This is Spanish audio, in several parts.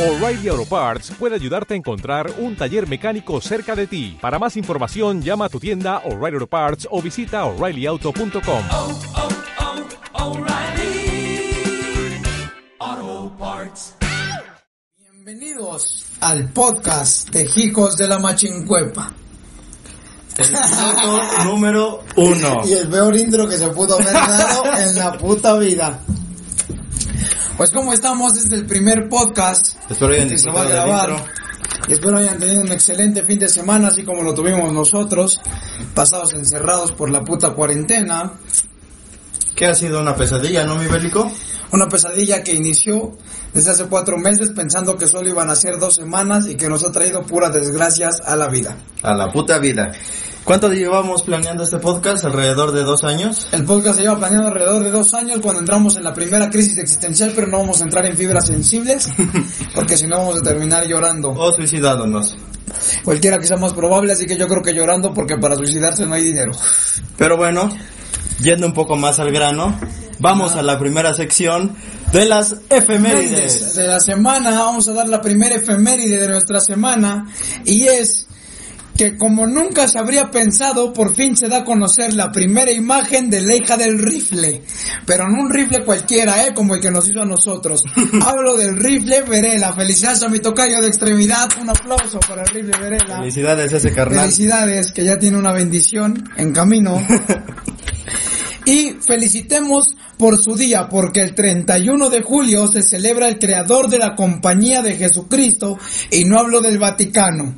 O'Reilly Auto Parts puede ayudarte a encontrar un taller mecánico cerca de ti. Para más información, llama a tu tienda O'Reilly Auto Parts o visita oreillyauto.com. Bienvenidos al podcast Tejicos de la Machincuepa. Minuto número uno. Y el peor intro que se pudo haber dado en la puta vida. Pues como estamos, este es el primer podcast Espero hayan que se va a disfrutado del grabar. intro. Y espero hayan tenido un excelente fin de semana, así como lo tuvimos nosotros, pasados encerrados por la puta cuarentena. Que ha sido una pesadilla, ¿no, mi bélico? Una pesadilla que inició desde hace cuatro meses pensando que solo iban a ser dos semanas y que nos ha traído puras desgracias a la vida. A la puta vida. ¿Cuánto llevamos planeando este podcast? ¿Alrededor de dos años? El podcast se lleva planeando alrededor de dos años cuando entramos en la primera crisis existencial, pero no vamos a entrar en fibras sensibles, porque si no vamos a terminar llorando. ¿O suicidándonos? Cualquiera que sea más probable, así que yo creo que llorando porque para suicidarse no hay dinero. Pero bueno, yendo un poco más al grano, vamos a la primera sección de las efemérides. De la semana vamos a dar la primera efeméride de nuestra semana y es que como nunca se habría pensado, por fin se da a conocer la primera imagen de la hija del rifle. Pero no un rifle cualquiera, ¿eh? Como el que nos hizo a nosotros. Hablo del rifle Verela. Felicidades a mi tocayo de extremidad. Un aplauso para el rifle Verela. Felicidades a ese carnal. Felicidades, que ya tiene una bendición en camino. y felicitemos por su día, porque el 31 de julio se celebra el creador de la Compañía de Jesucristo, y no hablo del Vaticano,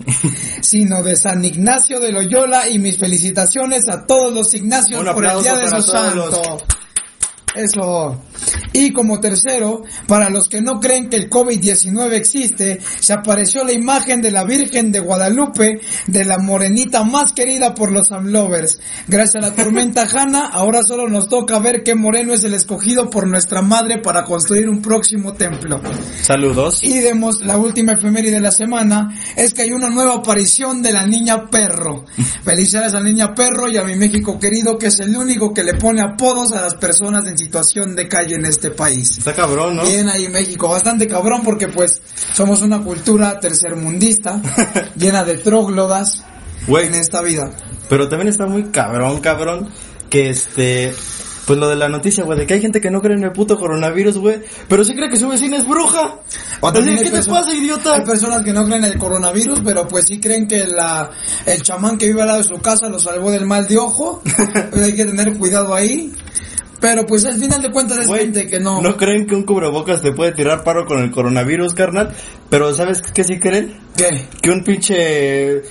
sino de San Ignacio de Loyola, y mis felicitaciones a todos los Ignacios Un por el aplauso Día de para su todos santo. los- Eso. Y como tercero, para los que no creen que el COVID-19 existe, se apareció la imagen de la Virgen de Guadalupe, de la morenita más querida por los Amlovers. Gracias a la tormenta Hanna, ahora solo nos toca ver qué moreno es el escogido por nuestra madre para construir un próximo templo. Saludos. Y demos la última efeméride de la semana, es que hay una nueva aparición de la niña perro. Felicidades a la niña perro y a mi México querido, que es el único que le pone apodos a las personas en situación de calle en este país. Está cabrón, ¿no? Bien ahí en México, bastante cabrón porque pues somos una cultura tercermundista, llena de tróglodas Güey, en esta vida. Pero también está muy cabrón, cabrón, que este... Pues lo de la noticia, güey, de que hay gente que no cree en el puto coronavirus, güey, pero sí cree que su vecina es bruja. O también hay ¿qué Pues te perso- pasa, idiota? Hay personas que no creen en el coronavirus, pero pues sí creen que la, el chamán que vive al lado de su casa lo salvó del mal de ojo. Pero hay que tener cuidado ahí. Pero pues al final de cuentas es Güey, gente que no. No creen que un cubrebocas te puede tirar paro con el coronavirus, carnal, pero ¿sabes qué sí creen? ¿Qué? Que un pinche...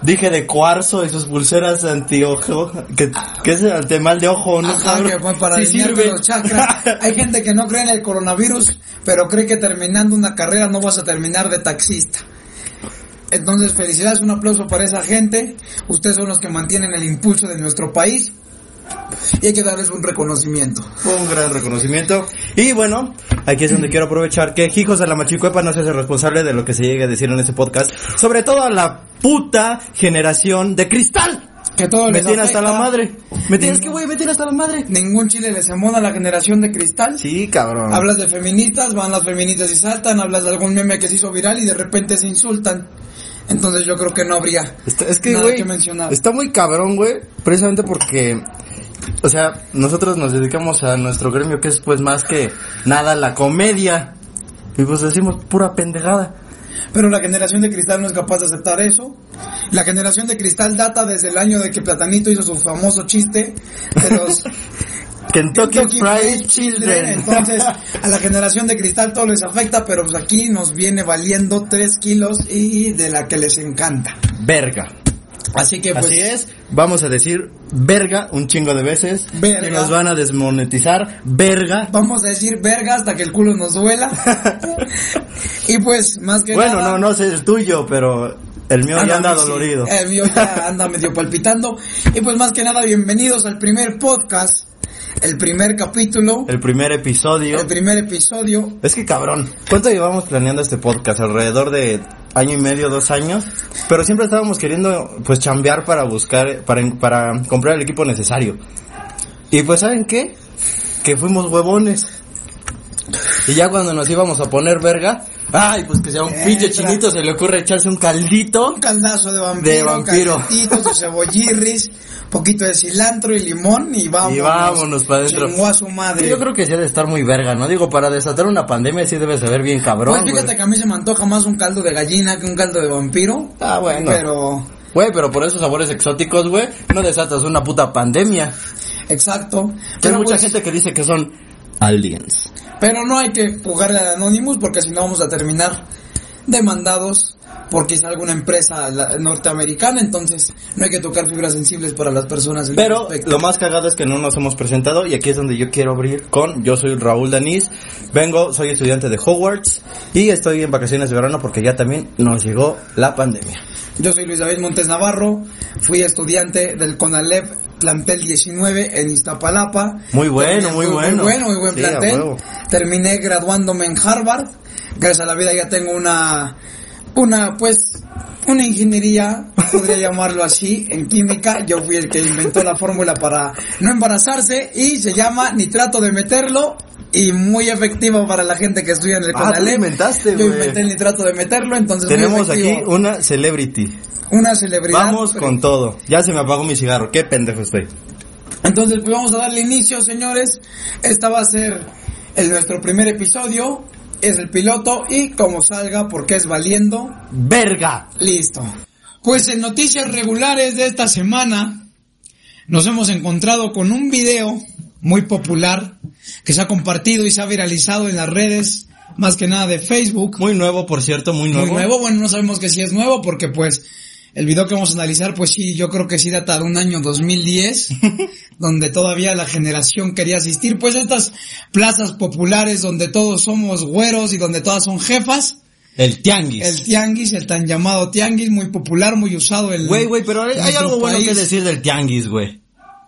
Dije de cuarzo y sus pulseras antiojo, que, que es el mal de ojo, ¿no? Ajá, Ah, cabrón? Ah, que fue para sí alinearte sirve. los chakras. Hay gente que no cree en el coronavirus, pero cree que terminando una carrera no vas a terminar de taxista. Entonces, felicidades, un aplauso para esa gente. Ustedes son los que mantienen el impulso de nuestro país. Y hay que darles un reconocimiento. Fue un gran reconocimiento. Y bueno, aquí es donde quiero aprovechar que Hijos de la Machicuepa no se hace responsable de lo que se llegue a decir en este podcast. Sobre todo a la puta generación de cristal. Que todo Me les tiene hasta afecta. la madre. Me Ningún- tienes que, güey, me tiene hasta la madre. Ningún chile les emona a la generación de cristal. Sí, cabrón. Hablas de feministas, van las feministas y saltan, hablas de algún meme que se hizo viral y de repente se insultan. Entonces yo creo que no habría Está- es que, nada güey, que mencionar. está muy cabrón, güey, precisamente porque, o sea, nosotros nos dedicamos a nuestro gremio que es, pues, más que nada la comedia. Y pues decimos pura pendejada. Pero la generación de cristal no es capaz de aceptar eso. La generación de cristal data desde el año de que Platanito hizo su famoso chiste de los Kentucky, Kentucky Fried Fried Children. Entonces, a la generación de cristal todo les afecta, pero pues aquí nos viene valiendo 3 kilos y de la que les encanta. Verga. Así que pues Así es, vamos a decir verga un chingo de veces. Verga. Que nos van a desmonetizar. Verga. Vamos a decir verga hasta que el culo nos duela. y pues, más que Bueno, nada. Ah, no, no sé el tuyo, pero el mío ya anda dolorido. El mío ya anda medio palpitando. Y pues, más que nada, bienvenidos al primer podcast, el primer capítulo, El primer episodio. el primer episodio. Es que cabrón, ¿cuánto llevamos planeando este podcast? Alrededor de año y medio, dos años. Pero siempre estábamos queriendo, pues, chambear para buscar, para, para comprar el equipo necesario. Y pues, ¿saben qué? Que fuimos huevones. Y ya cuando nos íbamos a poner verga, ay, pues que sea un pinche chinito se le ocurre echarse un caldito. Un caldazo de vampiro, De vampiro. caldetitos, sus cebollirris, poquito de cilantro y limón y vámonos. Y vámonos pa' dentro. Chingó a su madre. Yo creo que sí ha de estar muy verga, ¿no? Digo, para desatar una pandemia sí debe saber bien cabrón. pues fíjate güey. que a mí se me antoja más un caldo de gallina que un caldo de vampiro. Ah, bueno. Pero, Güey, pero por esos sabores exóticos, güey, no desatas una puta pandemia. exacto. Hay Pero, mucha pues, gente que dice que son aliens. pero no hay que jugarle al Anonymous porque si no vamos a terminar demandados por quizá alguna empresa la- norteamericana. Entonces, no hay que tocar fibras sensibles para las personas. en Pero ese aspecto. lo más cagado es que no nos hemos presentado y aquí es donde yo quiero abrir con yo soy Raúl Danís, vengo, soy estudiante de Hogwarts y estoy en vacaciones de verano porque ya también nos llegó la pandemia. Yo soy Luis David Montes Navarro, fui estudiante del CONALEP plantel 19 en Iztapalapa. Muy bueno, Terminé- muy Muy bueno. bueno, muy buen Sí, a plantel. huevo. Terminé graduándome en Harvard. Gracias a la vida ya tengo una, una, pues, una ingeniería, podría llamarlo así, en química. Yo fui el que inventó la fórmula para no embarazarse y se llama nitrato de meterlo y muy efectivo para la gente que estudia en el Ah, CONALEP. tú inventaste, Yo güey. inventé el nitrato de meterlo, entonces muy Tenemos aquí efectivo. una celebrity. Una celebridad. Vamos con todo. Ya se me apagó mi cigarro, qué pendejo estoy. Entonces, pues vamos a darle inicio, señores. Esta va a ser el, nuestro primer episodio. Es el piloto y como salga, porque es valiendo, Verga. listo. Pues en noticias regulares de esta semana, nos hemos encontrado con un video muy popular que se ha compartido y se ha viralizado en las redes, más que nada de Facebook. Muy nuevo, por cierto, muy nuevo. Muy nuevo, bueno, no sabemos que si es nuevo porque pues el video que vamos a analizar pues sí, yo creo que sí data de un año 2010, donde todavía la generación quería asistir pues a estas plazas populares donde todos somos güeros y donde todas son jefas. El tianguis. El tianguis, el tan llamado tianguis, muy popular, muy usado el... Güey, güey, pero hay, en hay nuestro algo bueno país. que decir del tianguis, güey.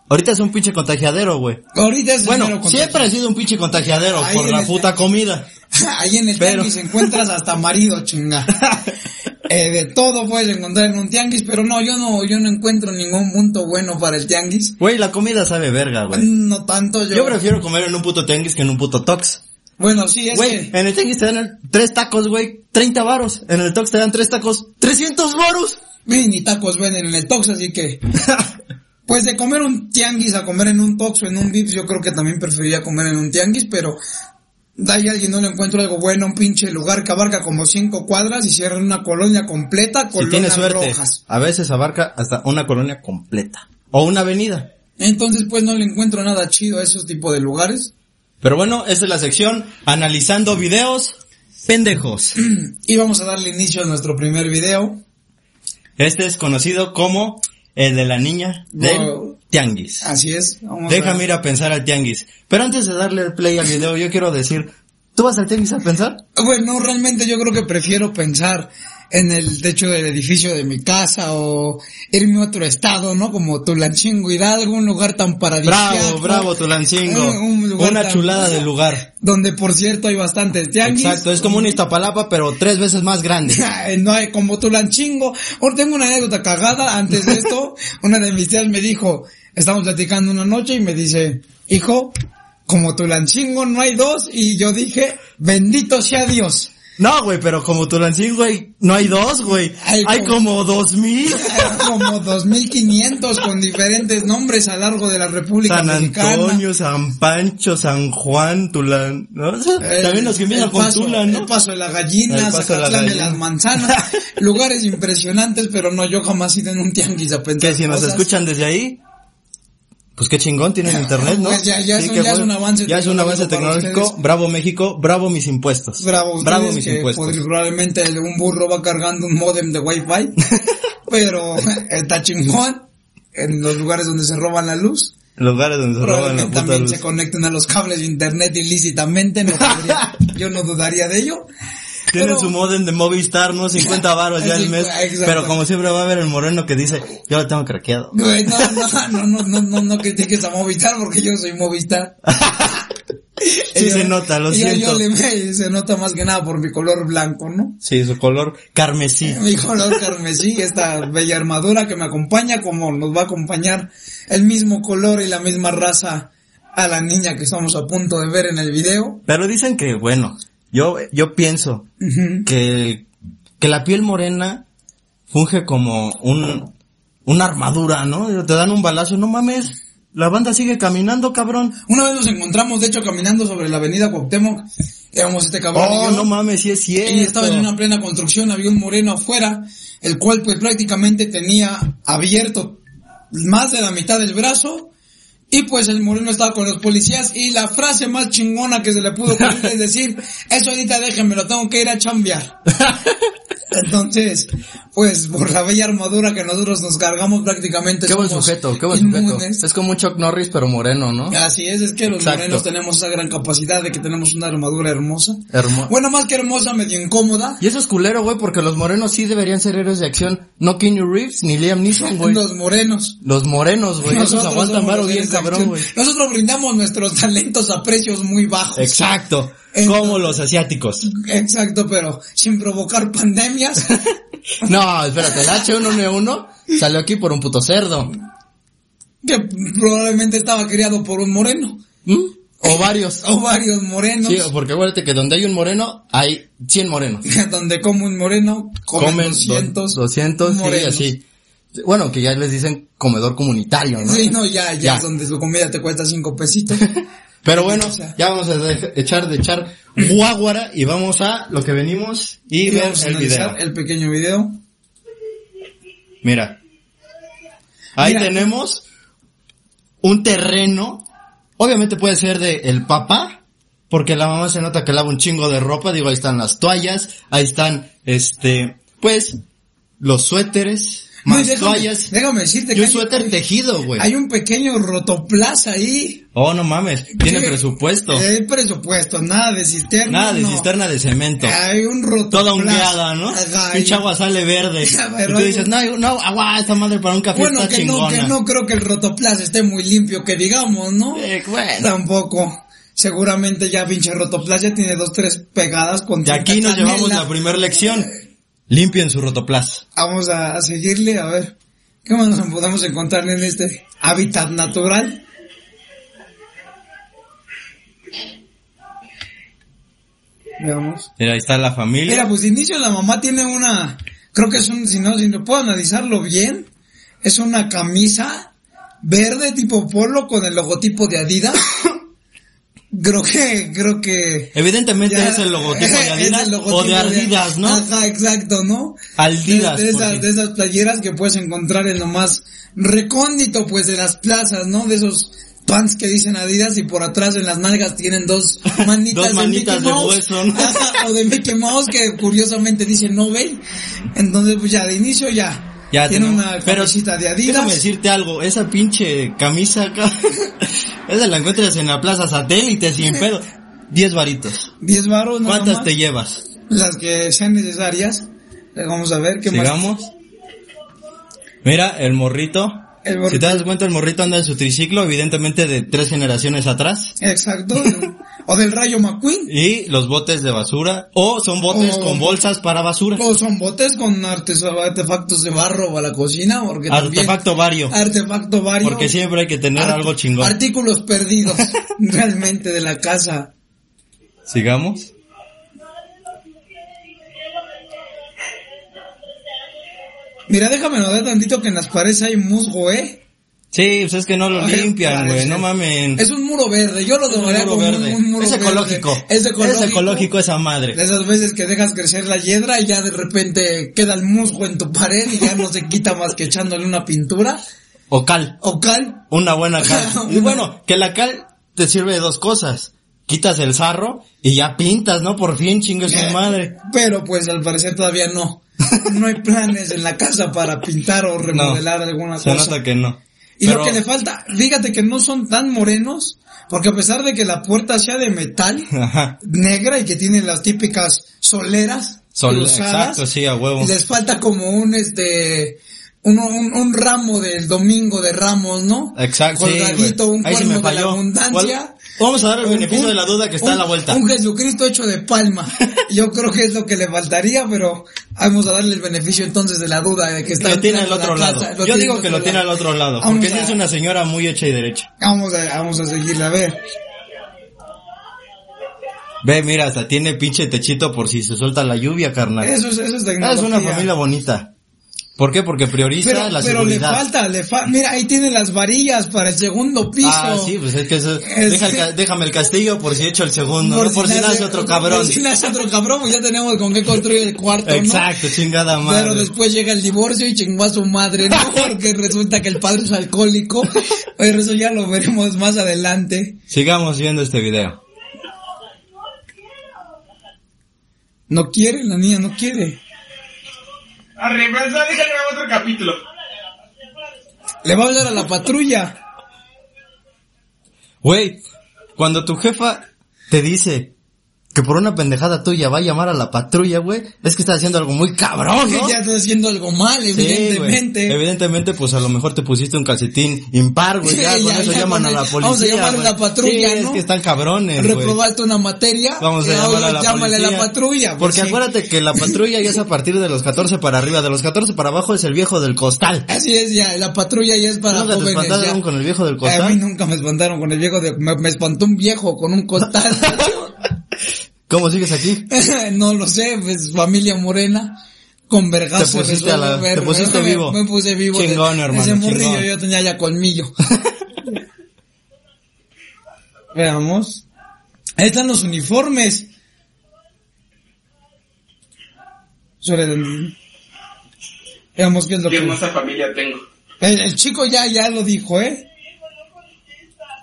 Ahorita es un pinche contagiadero, güey. Ahorita es el mero Bueno, contagio. siempre ha sido un pinche contagiadero Ahí por en este la el puta comida. Ahí en el Pero- tianguis encuentras hasta marido, chinga. Eh, de todo puedes encontrar en un tianguis, pero no, yo no, yo no encuentro ningún punto bueno para el tianguis. Güey, la comida sabe verga, güey. No tanto yo. Pues, Yo prefiero comer en un puto tianguis que en un puto tox. Bueno, sí, es Güey, eh. que... en el tianguis te dan el- tres tacos, güey, 30 varos. En el tox te dan tres tacos, 300 varos. Ven, ni tacos venden en el Tox, así que... Pues de comer un tianguis a comer en un Tox o en un Vips, yo creo que también preferiría comer en un tianguis, pero... Da y alguien no le encuentro algo bueno, un pinche lugar que abarca como cinco cuadras y cierra una colonia completa, si colonias tienes suerte, rojas. a veces abarca hasta una colonia completa. O una avenida. Entonces pues no le encuentro nada chido a esos tipos de lugares. Pero bueno, esa es la sección analizando videos pendejos. Y vamos a darle inicio a nuestro primer video. Este es conocido como el de la niña del Wow. tianguis. Así es. Vamos a- Déjame ir a pensar al tianguis. Pero antes de darle el play al video, yo quiero decir, ¿tú vas al tianguis a pensar? Bueno, realmente yo creo que prefiero pensar en el techo del edificio de mi casa o irme a otro estado, ¿no? Como Tulancingo, ir a algún lugar tan paradisíaco. Bravo, bravo, Tulancingo. Un- un lugar Una tan- chulada de lugar. Donde, por cierto, hay bastantes tianguis. Exacto, es como un Iztapalapa, pero tres veces más grande. Ay, No hay como Tulancingo. Ahora tengo una anécdota cagada. Antes de esto, una de mis tías me dijo, estamos platicando una noche y me dice, hijo, como Tulancingo no hay dos. Y yo dije, bendito sea Dios. No, güey, pero como Tulancingo hay, no hay dos, güey. Hay Hay como dos mil. como 2500 con diferentes nombres a lo largo de la República San Mexicana. Antonio, San Pancho, San Juan, Tulán. ¿no? O sea, El- También los que empiezan el con paso, Tulán, El ¿no? paso de la gallina, El paso de la Zacatlán de gallina. las manzanas, lugares impresionantes, pero no, yo jamás he ido en un tianguis a pensar Que si nos cosas. escuchan desde ahí, pues qué chingón tienen internet, ¿no? Pues ya- ya es un- qué ya es bueno. un avance Ya es un avance tecnológico para tecnológico. ustedes. Bravo México, bravo mis impuestos. Bravo, ustedes bravo mis que impuestos. podri- probablemente el- un burro va cargando un modem de wifi, pero está chingón en los lugares donde se roban la luz. Lugares donde se roban la Probablemente puta también luz. se conecten a los cables de internet ilícitamente, no podría- yo no dudaría de ello. Tienen pero- su modem de Movistar, ¿no? 50 varos ya al Sí, mes. exacto. Pero como siempre va a haber el moreno que dice, yo lo tengo craqueado. Güey, no, no, no, no, no, no, no critiques a Movistar porque yo soy Movistar. Yo- Sí se nota, lo yo- Yo siento. le- se nota más que nada por mi color blanco, ¿no? Sí, su color carmesí. Eh, Mi color carmesí, esta bella armadura que me acompaña, como nos va a acompañar el mismo color y la misma raza a la niña que estamos a punto de ver en el video. Pero dicen que, bueno, yo, yo pienso Ujú. que, el- que la piel morena funge como un, una armadura, ¿no? Te dan un balazo, no mames, la banda sigue caminando, cabrón. Una vez nos encontramos, de hecho, caminando sobre la avenida Cuauhtémoc, íbamos este cabrón y Oh, yo, no mames, sí es cierto. y estaba en una plena construcción, había un moreno afuera, el cual pues prácticamente tenía abierto más de la mitad del brazo, y pues el moreno estaba con los policías, y la frase más chingona que se le pudo ocurrir es decir, eso ahorita déjenme, lo tengo que ir a chambear. Entonces, pues por la bella armadura que nosotros nos cargamos prácticamente Qué buen somos sujeto, qué buen sujeto. inmunes. Es como un Chuck Norris, pero moreno, ¿no? Así es, es que los Exacto. morenos tenemos esa gran capacidad de que tenemos una armadura hermosa. Hermoso. Bueno, más que hermosa, medio incómoda. Y eso es culero, güey, porque los morenos sí deberían ser héroes de acción. No Keanu Reeves ni Liam Neeson, güey. Los morenos. Los morenos, güey. Esos aguantan somos varo los bien, héroes de cabrón, acción. güey. Nosotros brindamos nuestros talentos a precios muy bajos. Exacto, Entonces- como los asiáticos. Exacto, pero sin provocar pandemias. No, espérate, el H1N1 salió aquí por un puto cerdo. que probablemente estaba criado por un moreno. ¿Mm? O varios. O varios morenos. Sí, porque acuérdate que donde hay un moreno, hay 100 morenos. donde come un moreno, comen, Comen do- 200, 200 sí, morenos. así. Bueno, que ya les dicen comedor comunitario, ¿no? Sí, no, ya, ya, Ya. es donde su comida te cuesta cinco pesitos. Pero bueno, O sea. ya vamos a de- echar de echar guaguara y vamos a lo que venimos y, y ver vamos a el analizar video. el pequeño video. Mira. Ahí Mira. tenemos un terreno. Obviamente puede ser de el papá, porque la mamá se nota que lava un chingo de ropa. Digo, ahí están las toallas, ahí están, este, pues, los suéteres, No, y más déjame, toallas. déjame decirte Y que un hay, suéter tejido, güey. hay un pequeño rotoplaza ahí. Oh, no mames, Tiene Sí. presupuesto. Hay presupuesto, nada de cisterna. nada de no. Ah, cisterna de cemento. Hay un rotoplaza. Toda ondeada, ¿no? Ajá, Pinche y- agua sale verde. Pero Y tú hay- dices, no, no, agua, esta madre para un café Bueno, está que no, chingona. que no creo que el rotoplaza esté muy limpio, que digamos, ¿no? Eh, bueno. Tampoco. Seguramente ya pinche rotoplaza tiene dos, tres pegadas con De aquí tanta nos llevamos canela. la primera lección. Limpien su rotoplas. Vamos a, a seguirle, a ver. ¿Qué más nos podemos encontrar en este hábitat natural? Veamos. Mira, ahí está la familia. Mira, pues de inicio la mamá tiene una, creo que es un, si no, si no puedo analizarlo bien, es una camisa verde tipo polo con el logotipo de Adidas. creo que, creo que... Evidentemente ya- es el logotipo de es Adidas el o de logotipo Adidas, ¿no? Ajá, exacto, ¿no? Aldidas, De, de esas, porque- de esas playeras que puedes encontrar en lo más recóndito, pues, de las plazas, ¿no? De esos pants que dicen Adidas y por atrás en las nalgas tienen dos manitas, Dos manitas de de, Mickey Mouse. hueso, ¿no? Ajá, o de Mickey Mouse que curiosamente dice no ve. Entonces, pues ya de inicio ya. Ya tiene tenemos- una pero camisita de Déjame Adidas. decirte algo, esa pinche camisa acá, esa la encuentras en la plaza satélite sin pedo. Diez varitos. 10 varos, nada ¿Cuántas más. te llevas? Las que sean necesarias. Eh, Vamos a ver qué más. Sigamos. Mira, el morrito. El morrito. Si te das cuenta, el morrito anda en su triciclo, evidentemente de tres generaciones atrás. Exacto. o del Rayo McQueen. Y los botes de basura. O son botes O- con bolsas para basura. O son botes con artes- artefactos de barro para la cocina, porque también- Artefacto vario. artefacto vario. Porque siempre hay que tener Art- algo chingón. Artículos perdidos, realmente, de la casa. Sigamos. Mira, déjame notar tantito que en las paredes hay musgo, ¿eh? Sí, pues es que no lo Ay, limpian, güey. parece. No mamen. Es un muro verde, yo lo tomaría muro como un- verde. un, muro es verde. ecológico. Es ecológico. esa madre. De esas veces que dejas crecer la hiedra y ya de repente queda el musgo en tu pared y ya no se quita más que echándole una pintura O cal. o cal. Una buena cal. y bueno, que la cal te sirve de dos cosas. Quitas el sarro y ya pintas, ¿no? Por fin, chingue su madre. Pero pues al parecer todavía no. No hay planes en la casa para pintar o remodelar alguna Se cosa. nota que no. Y Pero- lo que le falta, fíjate que no son tan morenos, porque a pesar de que la puerta sea de metal, Ajá. negra y que tiene las típicas soleras, Sol- cruzadas, exacto, sí, a huevo. les falta como un este un, un, un ramo del domingo de ramos, ¿no? Exacto, sí, Colgadito, güey. un Ahí sí cuerno me de la falló. abundancia. Vamos a dar el beneficio de la duda que está a la vuelta. Un Jesucristo hecho de palma. Yo creo que es lo que le faltaría, pero vamos a darle el beneficio entonces de la duda de que está Lo tiene al entrando a la otro lado. casa, Yo tiene digo al que lo tiene al otro lado. Porque Vamos sí a- es una señora muy hecha y derecha. Vamos a, vamos a seguirla, a ver. Ve, mira, hasta tiene pinche techito por si se suelta la lluvia, carnal. Eso es, eso es Ah, es tecnología. una familia bonita. ¿Por qué? Porque prioriza Pero, la pero le seguridad. falta, le fa- mira, ahí tiene las varillas para el segundo piso. Este- Ah, sí, pues es que eso... Es- deja el ca- déjame el castillo por si he hecho el segundo, ¿no? por si nace- nace otro cabrón. Por si nace otro cabrón, pues ya tenemos con qué construir el cuarto, ¿no? Exacto, chingada madre. Pero después llega el divorcio y chingó a su madre, ¿no? Porque resulta que el padre es alcohólico. Pero eso ya lo veremos más adelante. Sigamos viendo este video. No quiere, la niña no quiere. Arrepensa, déjale grabar otro capítulo. Le va a hablar a la patrulla. Güey, cuando tu jefa te dice que por una pendejada tuya va a llamar a la patrulla, güey, es que está haciendo algo muy cabrón, Que ¿no? ya está haciendo algo mal, Sí, güey. evidentemente. Evidentemente, pues a lo mejor te pusiste un calcetín impar, güey. Ya, Sí, con ya, eso ya, llaman a con la el- policía. vamos a llamar a la güey. patrulla, Sí, Es ¿no? que están cabrones, güey. Reprobaste una materia. Vamos a y llamar ahora a la llámale policía. a la patrulla. pues Porque sí. acuérdate que la patrulla ya es a partir de los 14 para arriba. De los 14 para abajo es el viejo del costal. Así es, ya, la patrulla ya es para ¿Nunca te jóvenes. espantaron ya. Eh, con el viejo del A mí costal? nunca me espantaron con el viejo de... Me, me espantó un viejo con un costal. ¿Cómo sigues aquí? no lo sé, pues familia morena. Con vergazo. Te pusiste a la- resuelve, te pusiste me- vivo. Me, puse vivo. de- Chingón, hermano, Ese morrillo chingón. yo tenía ya colmillo. Veamos. Ahí están los uniformes. Sobre el- Veamos qué es lo Qué que... hermosa familia tengo. El, el chico ya, ya lo dijo, ¿eh?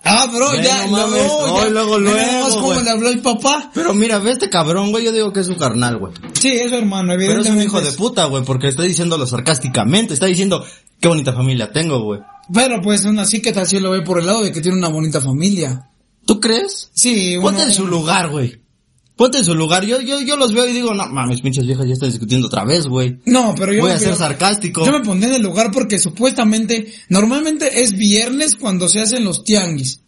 Ah, bro, Ve ya, nomás, lo- ves. ya. Ay, luego, Mira luego, nomás cómo güey. le habló el papá. Pero mira, ve este cabrón, güey. Yo digo que es su carnal, güey. Sí, eso hermano, Pero evidentemente. es un hijo de puta, güey, porque está diciéndolo sarcásticamente, está diciendo, qué bonita familia tengo, güey. Pero pues aún así que tal si lo ve por el lado de que tiene una bonita familia. ¿Tú crees? Sí, uno- Ponte en su lugar, güey. Ponte en su lugar. Yo, yo, yo los veo y digo, no mames, pinches viejas ya están discutiendo otra vez, güey. No, pero yo Voy me a ser creo- sarcástico. Yo me pondré en el lugar porque supuestamente, normalmente es viernes cuando se hacen los tianguis.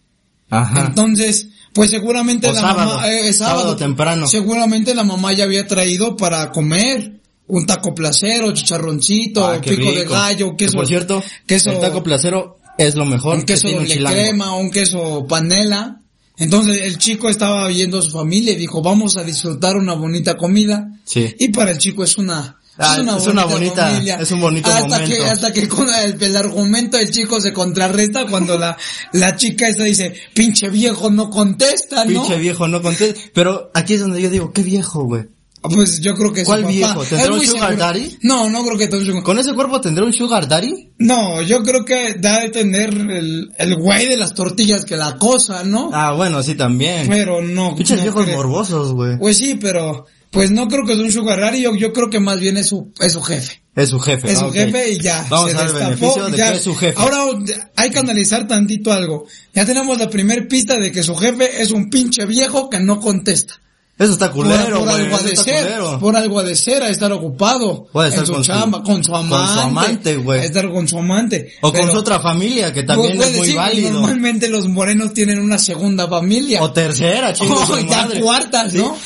Ajá. Entonces, pues seguramente O la sábado. mamá, eh, eh, sábado, Sábado temprano. Seguramente la mamá ya había traído para comer un taco placero, chicharroncito, Ah, qué pico de rico. gallo, Que queso. por cierto, queso, el taco placero es lo mejor. un que queso tiene un doble chilango. crema, un queso panela. Entonces el chico estaba viendo a su familia y dijo, vamos a disfrutar una bonita comida. Sí. Y para el chico es una, Ah, es una bonita- es un bonito hasta momento. Que, hasta que con el, el argumento del chico se contrarresta cuando la, la chica esta dice, pinche viejo no contesta, ¿no? Pinche viejo, no conté. Pero aquí es donde yo digo, qué viejo, güey. Pues yo creo que su ¿Cuál papá- viejo? ¿Tendrá Es un muy sugar seguro- daddy? No, no creo que tendrá un sugar- ¿Con ese cuerpo tendrá un sugar daddy? No, yo creo que da de tener el, el güey de las tortillas que la cosa, ¿no? Ah, bueno, sí también. Pero no. Pinches no viejos creo. morbosos, güey. Pues sí, pero pues no creo que es un sugar daddy, yo, yo creo que más bien es su, es su jefe. Es su jefe. Es ah, su ok. jefe y ya. Vamos se a dar el destapó, beneficio de ya. que es su jefe. Ahora hay que analizar tantito algo. Ya tenemos la primer pista de que su jefe es un pinche viejo que no contesta. Eso está Por- culero, por, güey. algo ha eso de está ser, culero. por algo ha de ser, a estar ocupado Puede en estar su con su- chamba, con su con su amante, amante, güey. a estar con su amante. O con Pero- su otra familia, que también Pues, es muy sí, válido. Normalmente los morenos tienen una segunda familia. O tercera, chingo Oh, su ya madre. cuartas, ¿no?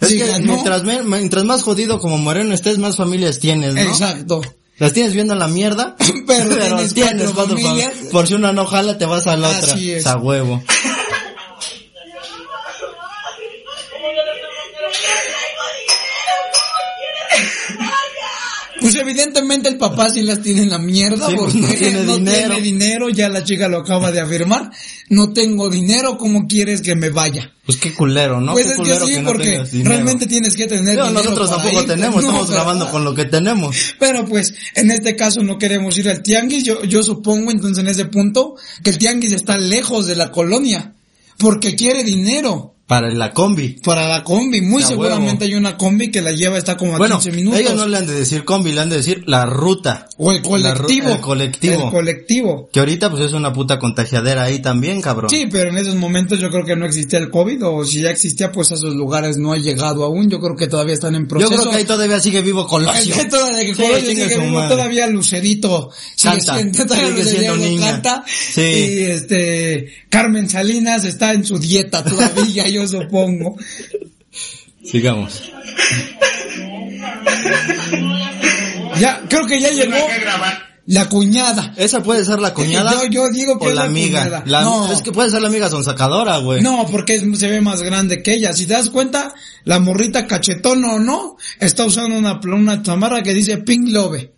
Es Sí, que ya, ¿no? mientras, me- mientras más jodido como moreno estés, más familias tienes, ¿no? Exacto. Las tienes viendo a la mierda, Pero tienes cuatro familias. fam- Por si una no jala, te vas a la otra. Así es. A huevo. Pues evidentemente el papá sí las tiene en la mierda Sí, pues, porque no tiene no dinero. tiene dinero, ya la chica lo acaba de afirmar. No tengo dinero, ¿cómo quieres que me vaya? Pues qué culero, ¿no? pues Qué es que culero sí, no porque tengas dinero. realmente tienes que tener Digo, dinero. nosotros para tampoco ir. tenemos, No, estamos pero- grabando con lo que tenemos. Pero pues, en este caso no queremos ir al tianguis, yo, yo supongo entonces en ese punto que el tianguis está lejos de la colonia, porque quiere dinero. para la combi. Para la combi, muy A seguramente hay una combi que la lleva está como a Bueno, 15 minutos. ellos no le han de decir combi, le han de decir la ruta. O el colectivo. La ru- el colectivo. El colectivo. que ahorita pues es una puta contagiadera ahí también, cabrón. Sí, pero en esos momentos yo creo que no existía el COVID o si ya existía pues a esos lugares no ha llegado aún. Yo creo que todavía están en Yo proceso. creo que ahí todavía sigue vivo Colosio. Es que todavía, que Sí, Colosio chinga sigue su vivo, madre. todavía Lucerito sigue Canta, siendo, todavía sigue siendo Lucerito niña. canta. Sí. Y este, Carmen Salinas está en su dieta todavía, yo supongo. Sigamos. Ya, creo que ya llegó Tengo que grabar. la cuñada. Esa puede ser la cuñada. Yo- yo digo que o es la la amiga. cuñada. La- No. Es que puede ser la amiga sonsacadora, güey. No, porque es- se ve más grande que ella. Si te das cuenta, la morrita cachetón o no, está usando una, pl- una chamarra que dice Pink Love.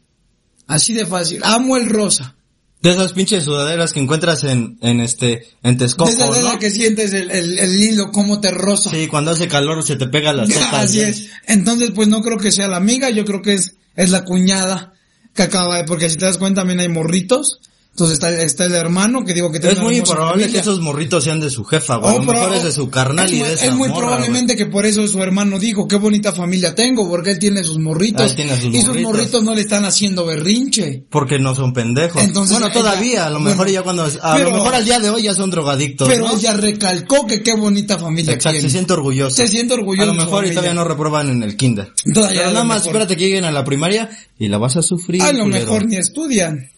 Así de fácil. Amo el rosa. De esas pinches sudaderas que encuentras en, en este, en Texcoco, Esa es ¿no? la que sientes el, el- el hilo, como te rosa. Sí, cuando hace calor se te pega las tetas. Así güey. es. Entonces, pues no creo que sea la amiga, yo creo que es, es la cuñada que acaba de, porque si te das cuenta también hay morritos. Entonces está, está el hermano que digo que tiene Es una muy hermosa probable que familia. esos morritos sean de su jefa, güey. a Oh, lo pero- mejor es de su carnal es y muy- de esa Es muy morra, probablemente que por eso su hermano dijo, qué bonita familia tengo, porque él tiene sus morritos. Ah, tiene sus y sus morritos. morritos no le están haciendo berrinche. güey, Porque no son pendejos. Entonces, bueno, ella- todavía, a lo mejor bueno, ya cuando, a pero- lo mejor al día de hoy ya son drogadictos, Pero ¿no? ella recalcó que qué bonita familia Exacto, se tiene. siente orgulloso. Se siente orgulloso A lo de su mejor y familia. todavía no reprueban en el kinder. Todavía a Pero lo nada más, mejor. espérate que lleguen a la primaria y la vas a sufrir. A lo culero. mejor ni estudian.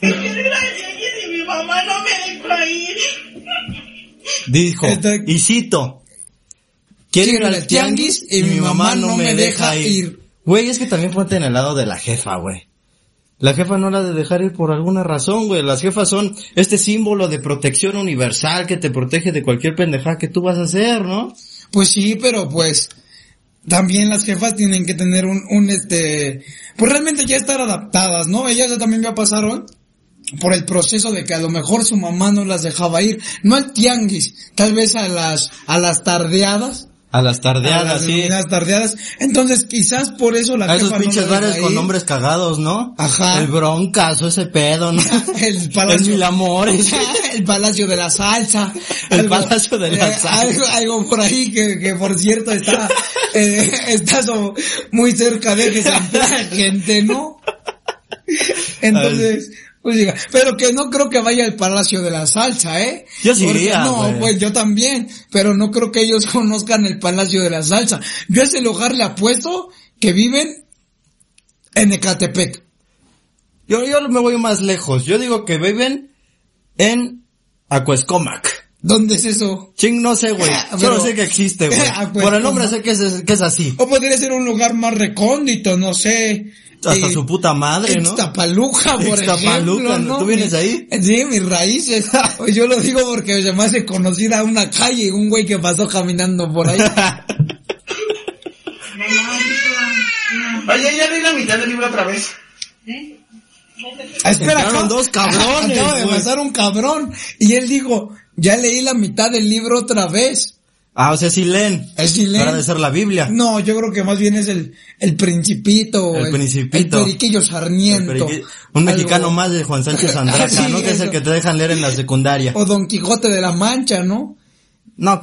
Qué desgracia que si mi mamá no me dejó ir. Dijo, Está- y cito, quiero ir al tianguis y mi mamá no me deja ir. Güey, es que también ponte en el lado de la jefa, güey. La jefa no la ha de dejar ir por alguna razón, güey. Las jefas son este símbolo de protección universal que te protege de cualquier pendejada que tú vas a hacer, ¿no? Pues sí, pero pues también las jefas tienen que tener un, un este, pues realmente ya estar adaptadas, ¿no? Ellas ya también ya pasaron por el proceso de que a lo mejor su mamá no las dejaba ir, no al tianguis, tal vez a las, a las tardeadas. A las a tardeadas, las sí. denominadas tardeadas. Entonces quizás por eso la A esos jefa no pinches la deja bares con ir. nombres cagados, ¿no? Ajá. El broncas o ese pedo, ¿no? El palacio. El mil amores. el Palacio de la Salsa. Ah. eh, El Palacio de la Salsa. Algo, algo por ahí que, que por cierto está, eh, está so- muy cerca de que se entere la gente, ¿no? Entonces, pues diga, pero que no creo que vaya al Palacio de la Salsa, ¿eh? Yo sí Porque- iría, No, güey. pues yo también, pero no creo que ellos conozcan el Palacio de la Salsa. Yo a ese lugar le apuesto que viven en Ecatepec. Yo, yo me voy más lejos. Yo digo que viven en Acuescomac. ¿Dónde es eso? Ching, no sé, güey. Solo Eh, Pero- eh, sé que existe, güey. Acuescomac. Por el nombre sé que es, que es así. O podría ser un lugar más recóndito, no sé. Hasta eh, su puta madre, ¿no? Ixtapaluca, por Ixtapaluca, ejemplo, ¿no? ¿tú vienes ahí? Sí, mis raíces. Yo lo digo porque se me hace conocida una calle y un güey que pasó caminando por ahí. Oye, ya leí la mitad del libro otra vez. Espera, Entraron acabo- dos cabrones, Acaba de güey. pasar un cabrón. Y él dijo, ya leí la mitad del libro otra vez. Ah, o sea, sí leen. Es silencio. Para de ser la Biblia. No, yo creo que más bien es el, el principito. o El Principito. El periquillo sarniento. Pero que- Un Algo- mexicano más de Juan Sánchez Andraca, Sí, ¿no? Que es el eso. que te dejan leer en la secundaria. O Don Quijote de la Mancha, ¿no? No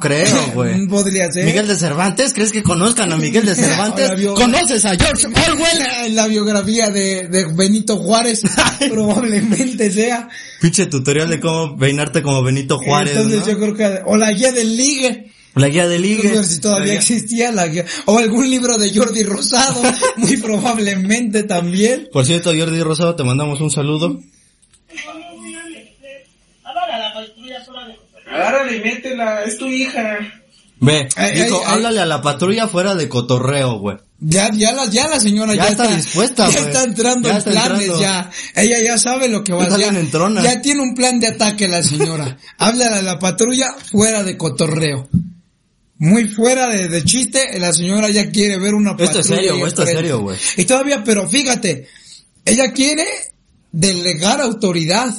creo, güey. Podría ser. Miguel de Cervantes, ¿crees que conozcan a Miguel de Cervantes? Ahora vio- ¿Conoces a George Orwell? eh, En la biografía de, de Benito Juárez probablemente sea. Pinche tutorial de cómo peinarte como Benito Juárez, Eh, Entonces ¿no? yo creo que... O la guía del ligue. La guía de ligue. No sé si todavía La guía- existía la guía. O algún libro de Jordi Rosado. muy probablemente también. Por cierto, Jordi Rosado, te mandamos un saludo. Agárrala y métela, es tu hija. Ve, Ay, dijo, ay, ay. háblale a la patrulla fuera de cotorreo, güey. Ya, ya la, ya la señora Ya está dispuesta, Ya güey. está entrando Ya en está planes, entrando. ya. Ella ya sabe lo que va a Ya hacer. salen en trona. Ya tiene un plan de ataque la señora. Háblale a la patrulla fuera de cotorreo. Muy fuera de, de chiste, la señora ya quiere ver una patrulla. Esto es serio, ahí güey, esto es enfrente. serio, güey. Y todavía, pero fíjate, ella quiere delegar autoridad,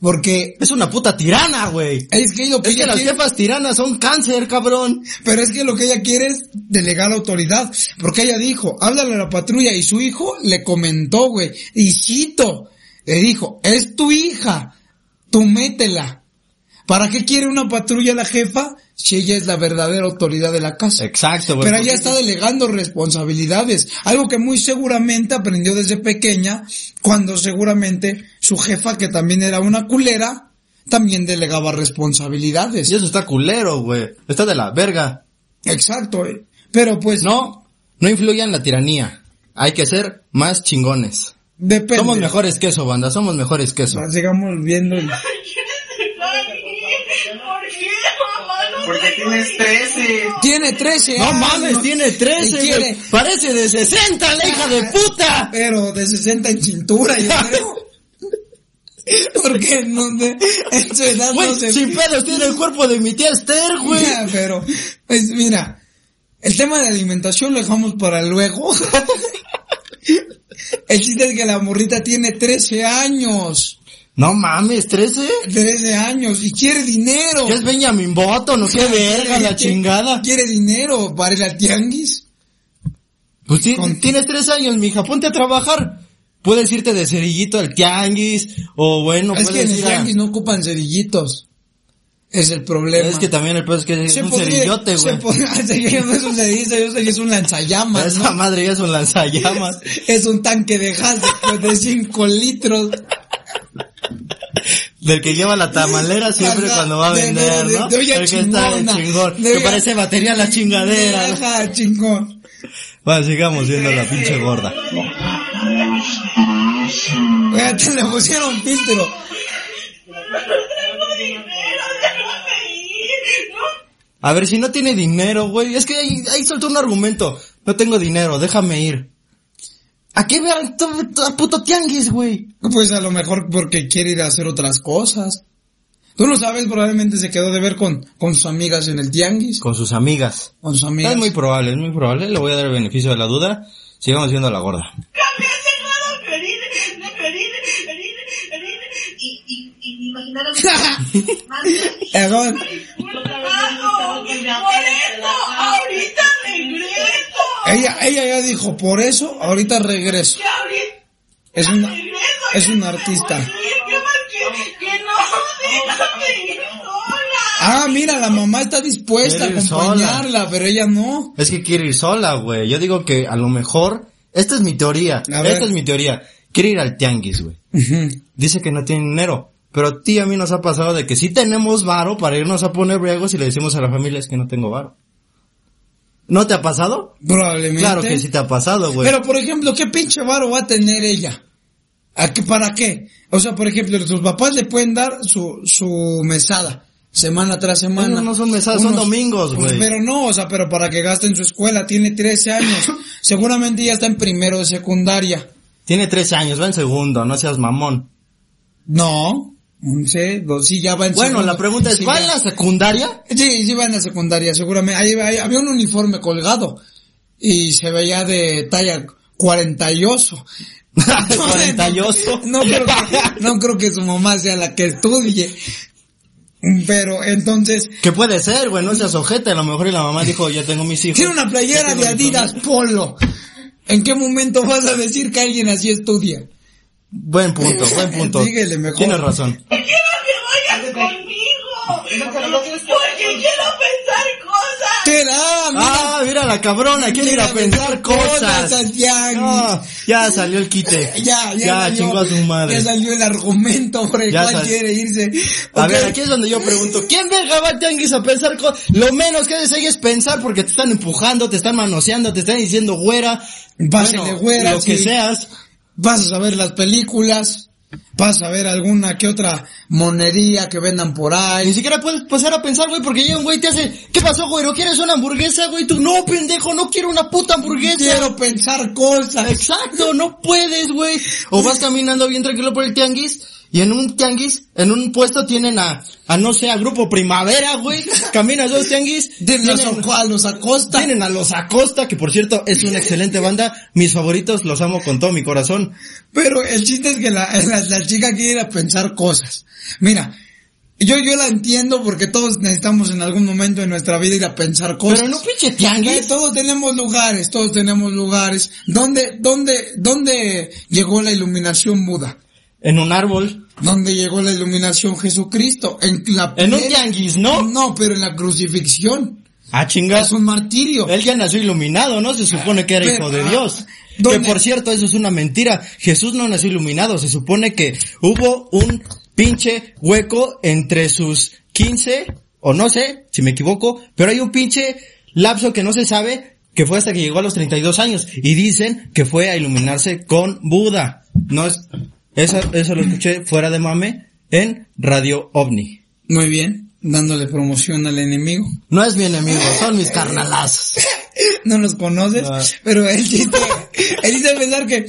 porque Es una puta tirana, güey. es que lo que Es que ella las quiere- jefas tiranas son cáncer, cabrón. pero es que lo que ella quiere es delegar autoridad. Porque ella dijo, háblale a la patrulla. Y su hijo le comentó, güey. Y cito, le dijo, es tu hija. Tú métela. ¿Para qué quiere una patrulla la jefa? si ella es la verdadera autoridad de la casa. Exacto, güey. Pero ella está delegando responsabilidades, algo que muy seguramente aprendió desde pequeña, cuando seguramente su jefa, que también era una culera, también delegaba responsabilidades. Y eso está culero, güey. Está de la verga. Exacto, eh. pero pues No, no influya en la tiranía. Hay que ser más chingones. depende. Somos mejores que eso, banda. Somos mejores que eso. Sigamos viendo. el- ¿Por qué? Mamá, no Porque te tienes 13. Tiene 13 No años. mames, tiene 13, Y güey. tiene- Parece de 60, la hija de puta. Pero de 60 en cintura, yo creo. Porque no de, en su edad Güey, no se... sin pedos, tiene el cuerpo de mi tía Esther, güey. Ya, pero, pues mira, el tema de alimentación lo dejamos para luego. El chiste es que la morrita tiene 13 años. No mames, 13. 13 años y quiere dinero. Ya es Benjamin Button, no qué verga, la chingada. Quiere dinero para ir al tianguis. Pues sí, Con- tienes 3 años, mija, ponte a trabajar. Puedes irte de cerillito al tianguis, o bueno, es que puedes en el ir a- tianguis no ocupan cerillitos. Es el problema. Es que también el pedo es que es un podría- cerillote, se güey. podría- yo no es un cerillo, yo sé que es un lanzallamas. Esa madre ya es un lanzallamas. Es un tanque de gas de- de 5 litros. Del que lleva la tamalera siempre Ajá, cuando va a de- de- vender, de- ¿no? de olla el que está de chingona, chingón. de que olla- parece batería la chingadera. Ajá, chingón. Bueno, sigamos viendo la pinche gorda. Güey, te le pusieron filtro. tengo dinero, déjame ir. No A ver, si no tiene dinero, güey. Es que ahí, ahí soltó un argumento. No tengo dinero, déjame ir. ¿A qué vean al puto tianguis, güey? Pues a lo mejor porque quiere ir a hacer otras cosas. Tú lo sabes, probablemente se quedó de ver con, con sus amigas en el tianguis. Con sus amigas. Con sus amigas. Es muy probable, es muy probable. Le voy a dar el beneficio de la duda. Sigamos viendo a la gorda. cambiaste nada, Perine, de Perine, Perine, Perine. Y, y, y imaginar a mi Perdón. hermano. Por eso, ahorita regreso. Ella, ella ya dijo, por eso ahorita regreso. Que ahorita Es una, es una Ay, artista. ¿Qué más que, que no? Déjame ir sola. Ah, mira, la mamá está dispuesta a Quiere ir sola. acompañarla, pero ella no. Es que quiere ir sola, güey. Yo digo que a lo mejor... Esta es mi teoría. A ver. Esta es mi teoría. Quiere ir al tianguis, güey. Ujú. Dice que no tiene dinero. Pero a ti y a mí nos ha pasado de que sí tenemos varo para irnos a poner briagos y le decimos a la familia es que no tengo varo. ¿No te ha pasado? Probablemente. Claro que sí te ha pasado, güey. Pero, por ejemplo, ¿qué pinche varo va a tener ella? ¿A qué, ¿Para qué? O sea, por ejemplo, tus papás le pueden dar su, su mesada, semana tras semana. pues, No, no son mesadas, son domingos, güey. Pero no, o sea, pero para que gaste en su escuela, tiene 13 años. Seguramente ya está en primero de secundaria. Tiene tres años, va en segundo, no seas mamón. No, 11, dos, sí, ya va en Bueno, segundo. la pregunta es, Sí, ¿va ya- en la secundaria? Sí, sí va en la secundaria, seguramente. Ahí, ahí había un uniforme colgado y se veía de talla cuarentayoso. Cuarentayoso. No creo, que, no creo que su mamá sea la que estudie. Pero entonces, Que puede ser, güey, no seas ojete, a lo mejor y la mamá dijo, ya tengo mis hijos. tiene una playera de Adidas Polo. ¿En qué momento vas a decir que alguien así estudia? Buen punto, buen punto. Dígale mejor. Tienes razón. Quiero que vayas conmigo. Porque quiero pensar cosas. ¿Será? Mira, Ah, mira la cabrona, quiere ir a pensar cosas. al tianguis. Ah, ya salió el quite. Ya, ya, salió- chingó a su madre. Ya salió el argumento por el Ya cual sal- quiere irse. A Ok. ver, aquí es donde yo pregunto, ¿quién verga va al tianguis a pensar con... Lo menos que desees es pensar porque te están empujando, te están manoseando, te están diciendo güera. Pásale, güera, Lo sí. que seas. Vas a ver las películas, vas a ver alguna que otra monería que vendan por Ni ahí. siquiera puedes pasar a pensar, güey, porque llega un güey y te hace, ¿qué pasó, güey? ¿No quieres una hamburguesa, güey? Tú, no, pendejo, no quiero una puta hamburguesa. Quiero pensar cosas. Exacto, no puedes, güey. O vas caminando bien tranquilo por el tianguis y en un tianguis, en un puesto tienen a, a no sé, a Grupo Primavera, güey. Caminas dos tianguis, Tienen a tienen- los- a los Acosta. Tienen a los Acosta, que por cierto es una excelente banda. Mis favoritos, los amo con todo mi corazón. Pero el chiste es que la, la, la chica quiere ir a pensar cosas. Mira, yo, yo la entiendo porque todos necesitamos en algún momento de nuestra vida ir a pensar cosas. Pero no pinche Eh, tianguis. Todos tenemos lugares, todos tenemos lugares. ¿Dónde, dónde, dónde llegó la iluminación Buda? En un árbol. donde llegó la iluminación Jesucristo. En, la En un plena- tianguis, ¿no? No, pero en la crucifixión. Ah, Es chingas. un martirio. Él ya nació iluminado, ¿no? Se supone que era Pero, hijo de ah, Dios. ¿dónde? Que por cierto, eso es una mentira. Jesús no nació iluminado. Se supone que hubo un pinche hueco entre sus 15, o no sé, si me equivoco, pero hay un pinche lapso que no se sabe, que fue hasta que llegó a los 32 años. Y dicen que fue a iluminarse con Buda. No es, eso, eso lo escuché fuera de mame en Radio OVNI. Muy bien, dándole promoción al enemigo. No es mi enemigo, son mis carnalazos. No nos conoces, Ah. pero el chiste, el chiste es pensar que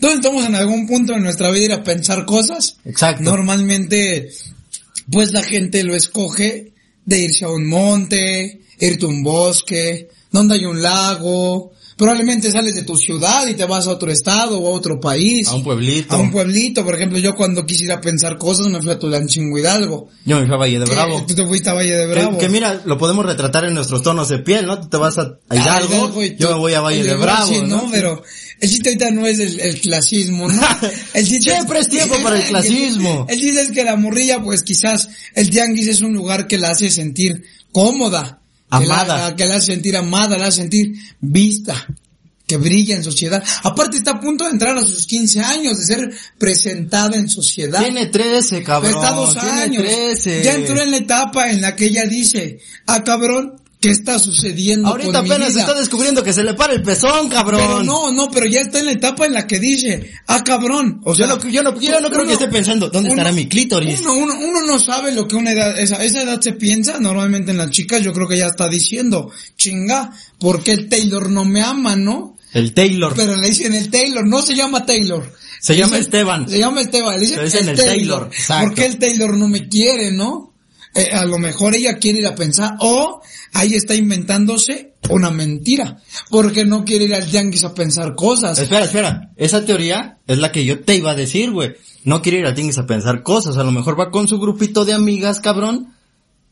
todos estamos en algún punto de nuestra vida ir a pensar cosas. Exacto. Normalmente, pues la gente lo escoge de irse a un monte, irte a un bosque, donde hay un lago. Probablemente sales de tu ciudad y te vas a otro estado o a otro país. A un pueblito. A un pueblito, por ejemplo, yo cuando quisiera pensar cosas me fui a Tulancingo Hidalgo. Eh, Yo me fui a Valle de Bravo. Tú te fuiste a Valle de Que- Bravo. Que, mira, lo podemos retratar en nuestros tonos de piel, ¿no? Tú te vas a a Ah, Hidalgo, Hidalgo y yo tú- me voy a Valle el de Bravo, sí, ¿no? ¿no? Pero el chiste ahorita no es el, el clasismo, ¿no? El chiste Siempre es tiempo para el clasismo. El chiste es que la morrilla, pues quizás el tianguis es un lugar que la hace sentir cómoda. que la- Amada. que la hace sentir amada, la hace sentir vista. Que brilla en sociedad. Aparte está a punto de entrar a sus 15 años, de ser presentada en sociedad. Tiene 13, cabrón. Pues Está dos tiene años. 13. Ya entró en la etapa en la que ella dice, ah cabrón, ¿qué está sucediendo Ahorita con mi apenas vida?" está descubriendo que se le para el pezón, cabrón. Pero no, no, pero ya está en la etapa en la que dice, ah cabrón. O sea, Yo no, yo no, yo no creo uno- que esté pensando, ¿dónde uno- estará mi clítoris? Uno, uno, uno no sabe lo que una edad, esa, esa edad se piensa, normalmente en las chicas yo creo que ya está diciendo, chinga, ¿por qué el Taylor no me ama, no? El Taylor. Pero le dicen el Taylor, no se llama Taylor. Se Le llama dicen- Esteban. Se llama Esteban, le dicen, Le dicen el, el Taylor, Taylor. exacto. ¿Por qué el Taylor no me quiere, no? Eh, a lo mejor ella quiere ir a pensar, o ahí está inventándose una mentira, porque no quiere ir al Yankees a pensar cosas. Espera, espera. Esa teoría es la que yo te iba a decir, güey. No quiere ir al Tianguis a pensar cosas. A lo mejor va con su grupito de amigas, cabrón.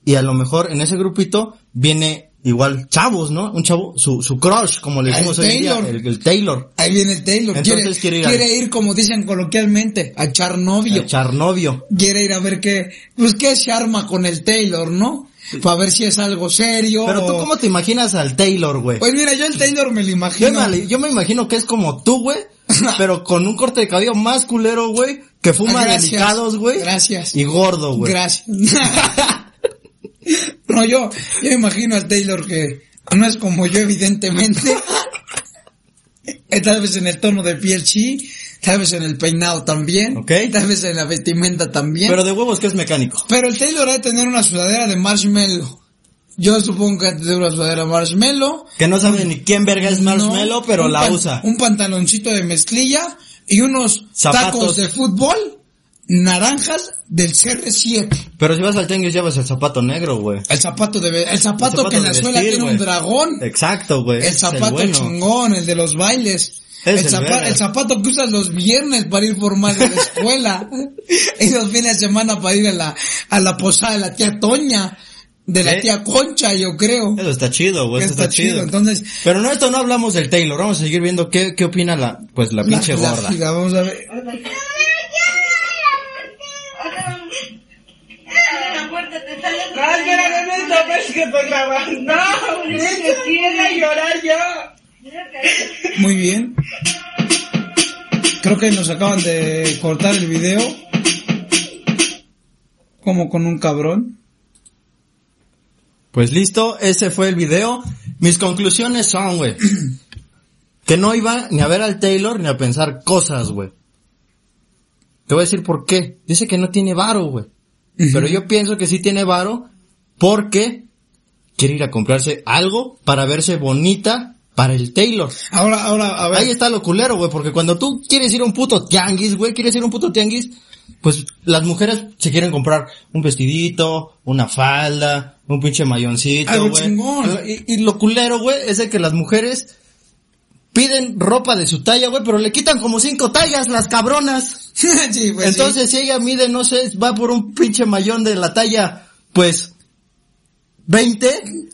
Y a lo mejor en ese grupito viene igual chavos, ¿no? Un chavo, su, su crush, como le El decimos hoy en día. Taylor. El, el Taylor. Ahí viene el Taylor. Entonces quiere quiere, ir al- quiere ir, como dicen coloquialmente, a echar novio. El charnovio. quiere ir a ver qué, pues qué se arma con el Taylor, ¿no? Para ver si es algo serio. Pero tú o- cómo te imaginas al Taylor, güey. Pues mira, yo el Taylor me lo Yo, imagino. me, yo me imagino que es como tú, güey. pero con un corte de cabello más culero, güey. Que fuma Ah, gracias. delicados, güey. Gracias. Y gordo, güey. Gracias. no, yo, yo me imagino al Taylor que no es como yo, evidentemente. Eh, tal vez en el tono de piel sí, tal vez en el peinado también, Ok. tal vez en la vestimenta también. Pero de huevos que es mecánico. Pero el Taylor ha de tener una sudadera de marshmallow. Yo supongo que ha de tener una sudadera marshmallow. Que no sabe ni quién verga es Marshmallow, Mm. ¿no? pero Un la pan- usa. Un pantaloncito de mezclilla y unos Zapatos. tacos de fútbol naranjas del CR7. Pero si vas al tianguis llevas el zapato negro, güey. El El zapato de el zapato, que en la de suela vestir, tiene güey. un dragón. Exacto, güey. Ese El es zapato bueno. chingón, el de los bailes. Es El, el zapa- verga. el zapato que usas los viernes para ir formal de la escuela. y los fines de semana para ir a la, a la posada de la tía Toña. De la ¿Eh? tía Concha, yo creo. Eso está chido, güey. Eso Está está, chido, chido. entonces- Pero no, esto no hablamos del Taylor. Vamos a seguir viendo qué, qué opina la, pues la La- pinche la gorda. giga, vamos a ver. Abre la puerta, te sale tu No, espera, no me tomes que estoy grabando. No, Es que quiero llorar yo. Muy bien. Creo que nos acaban de cortar el video. Como con un cabrón. Pues listo, ese fue el video. Mis conclusiones son, güey. que no iba ni a ver al Taylor ni a pensar cosas, güey. Te voy a decir por qué. Dice que no tiene varo, güey. Pero yo pienso que sí tiene varo porque quiere ir a comprarse algo para verse bonita para el Taylor. Ahora, ahora, a ver. Ahí está lo culero, güey, porque cuando tú quieres ir a un puto tianguis, güey, quieres ir a un puto tianguis, pues las mujeres se quieren comprar un vestidito, una falda, un pinche mayoncito, Algo güey. chingón. Y, y lo culero, güey, es de que las mujeres piden ropa de su talla, güey, pero le quitan como cinco tallas las cabronas. Sí, pues, sí. Entonces, si ella mide, no sé, va por un pinche mayón de la talla, pues, 20,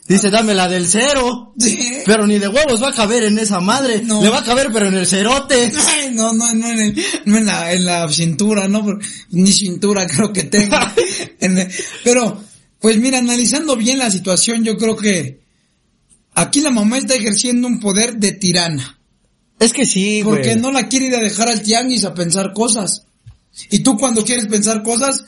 dice dame la del cero. Sí. Pero ni de huevos va a caber en esa madre. No. Le va a caber pero en el cerote. Ay, no, no, no, en, el- no en la, en la cintura, no, Por- ni cintura creo que tenga. En el- pero, pues mira, analizando bien la situación, yo creo que aquí la mamá está ejerciendo un poder de tirana. Es que sí, güey. Porque no la quiere ir a dejar al tianguis a pensar cosas. Y tú cuando quieres pensar cosas,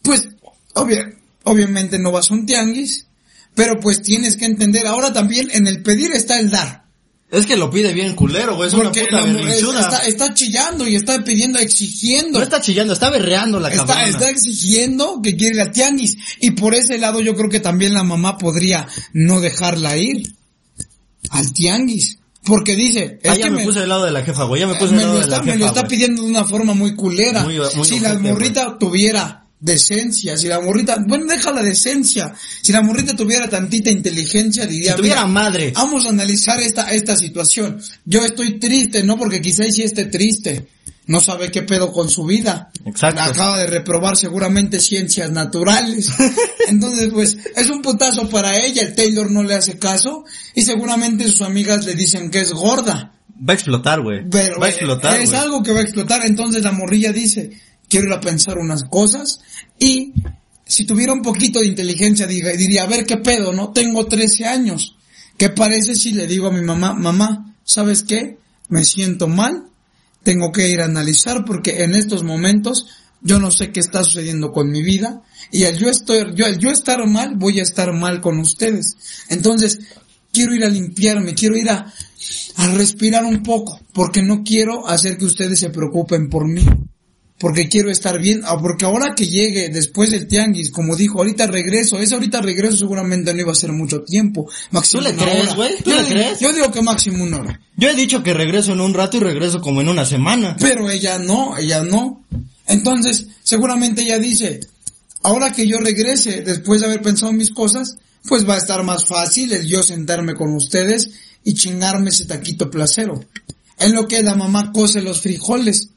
pues obvia- obviamente no vas a un tianguis, pero pues tienes que entender. Ahora también en el pedir está el dar. Es que lo pide bien culero, güey. Es Porque una la puta mujer berrinchuda. está, está chillando y está pidiendo, exigiendo. No está chillando, está berreando la Está, cabrona. está exigiendo que quiere ir al tianguis. Y por ese lado yo creo que también la mamá podría no dejarla ir al tianguis. Porque dice, es Ah, ya que me, me- puse del lado de la jefa, güey. Ya me puse me del lado lo de la está, jefa. me lo está güey. pidiendo de una forma muy culera. Muy- muy si la ojete, morrita tuviera decencia, si la morrita, bueno, deja la decencia. Si la morrita tuviera tantita inteligencia, diría, Si tuviera "Mira, madre. vamos a analizar esta, esta situación. Yo estoy triste, ¿no? Porque quizás sí esté triste. No sabe qué pedo con su vida. Exacto. Acaba de reprobar seguramente ciencias naturales. Entonces, pues, es un putazo para ella. El Taylor no le hace caso. Y seguramente sus amigas le dicen que es gorda. Va a explotar, güey. Pero, Va a explotar, Es güey. algo que va a explotar. Entonces la morrilla dice, quiero ir a pensar unas cosas y si tuviera un poquito de inteligencia diga- diría, a ver qué pedo, ¿no? Tengo 13 años. ¿Qué parece si le digo a mi mamá, mamá, ¿sabes qué? Me siento mal, tengo que ir a analizar porque en estos momentos yo no sé qué está sucediendo con mi vida y al yo, estoy, yo, al yo estar mal voy a estar mal con ustedes. Entonces, quiero ir a limpiarme, quiero ir a, a respirar un poco porque no quiero hacer que ustedes se preocupen por mí. Porque quiero estar bien, ah, porque ahora que llegue después del tianguis, como dijo, ahorita regreso, ese ahorita regreso seguramente no iba a ser mucho tiempo. Máximo ¿Tú le una crees, hora. güey? ¿Tú Yo le di- crees? Yo digo que máximo una hora. Yo he dicho que regreso en un rato y regreso como en una semana. Pero ella no, ella no. Entonces, seguramente ella dice, ahora que yo regrese, después de haber pensado mis cosas, pues va a estar más fácil el yo sentarme con ustedes y chingarme ese taquito placero. En lo que la mamá cose los frijoles.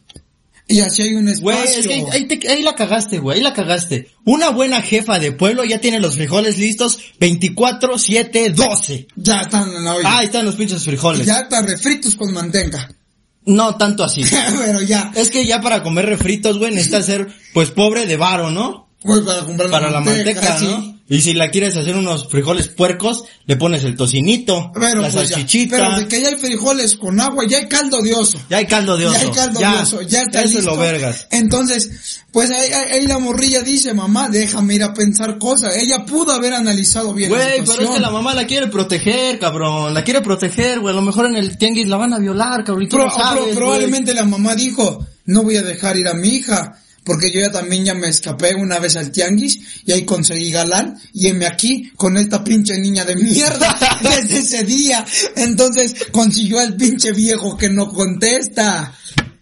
Y así hay un espacio. Güey, es que ahí, ahí te- ahí la cagaste, güey, ahí la cagaste. Una buena jefa de pueblo ya tiene los frijoles listos 24, 7, 12. Ya están en la olla. Ah, ahí están los pinches frijoles. ya están refritos con manteca. No tanto así. Pero ya. es que ya para comer refritos, güey, necesitas ser, pues, pobre de varo, ¿no? Voy pues, para comprar Para la manteca, sí. ¿no? Y si la quieres hacer unos frijoles puercos, le pones el tocinito, Pero, la pues ya. salchichita. pero de que ya hay frijoles con agua, ya hay caldo de oso. Ya hay caldo de oso. Ya hay caldo de oso, ya está Eso es listo. lo vergas. Entonces, pues ahí, ahí- ahí la morrilla dice, mamá, déjame ir a pensar cosas. Ella pudo haber analizado bien la Güey, pero situación. es que la mamá la quiere proteger, cabrón. La quiere proteger, güey. A lo mejor en el tianguis la van a violar, cabrón. y tú Pro- lo sabes, pro- güey. probablemente la mamá dijo, no voy a dejar ir a mi hija, porque yo ya también ya me escapé una vez al tianguis y ahí conseguí galán y heme aquí con esta pinche niña de mierda desde ese día. Entonces consiguió al pinche viejo que no contesta.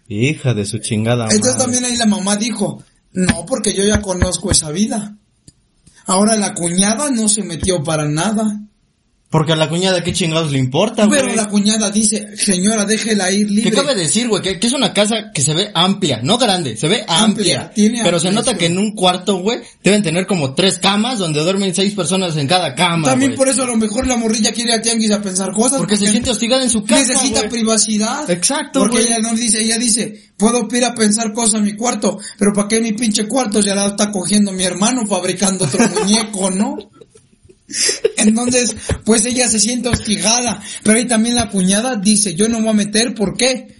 Hija de su chingada Entonces madre. también ahí la mamá dijo, no, porque yo ya conozco esa vida. Ahora la cuñada no se metió para nada. Porque a la cuñada qué chingados le importa, güey. Pero la cuñada dice, señora, déjela ir ¿Qué cabe libre. decir, güey? Que, que es una casa que se ve amplia, no grande, se ve Amplia, amplia. tiene pero se ampliación. nota que en un cuarto, güey, deben tener como tres camas donde duermen seis personas en cada cama. También güey. por eso a lo mejor la morrilla quiere ir al tianguis a pensar cosas. Porque se siente hostigada en su casa. Necesita güey. privacidad. Exacto, Porque güey. ella no dice, ella dice, puedo ir a pensar cosas en mi cuarto, pero ¿para qué mi pinche cuarto? Ya la está cogiendo mi hermano fabricando otro muñeco, ¿no? Entonces, pues ella se siente hostigada. Pero ahí también la cuñada dice, yo no me voy a meter, ¿por qué?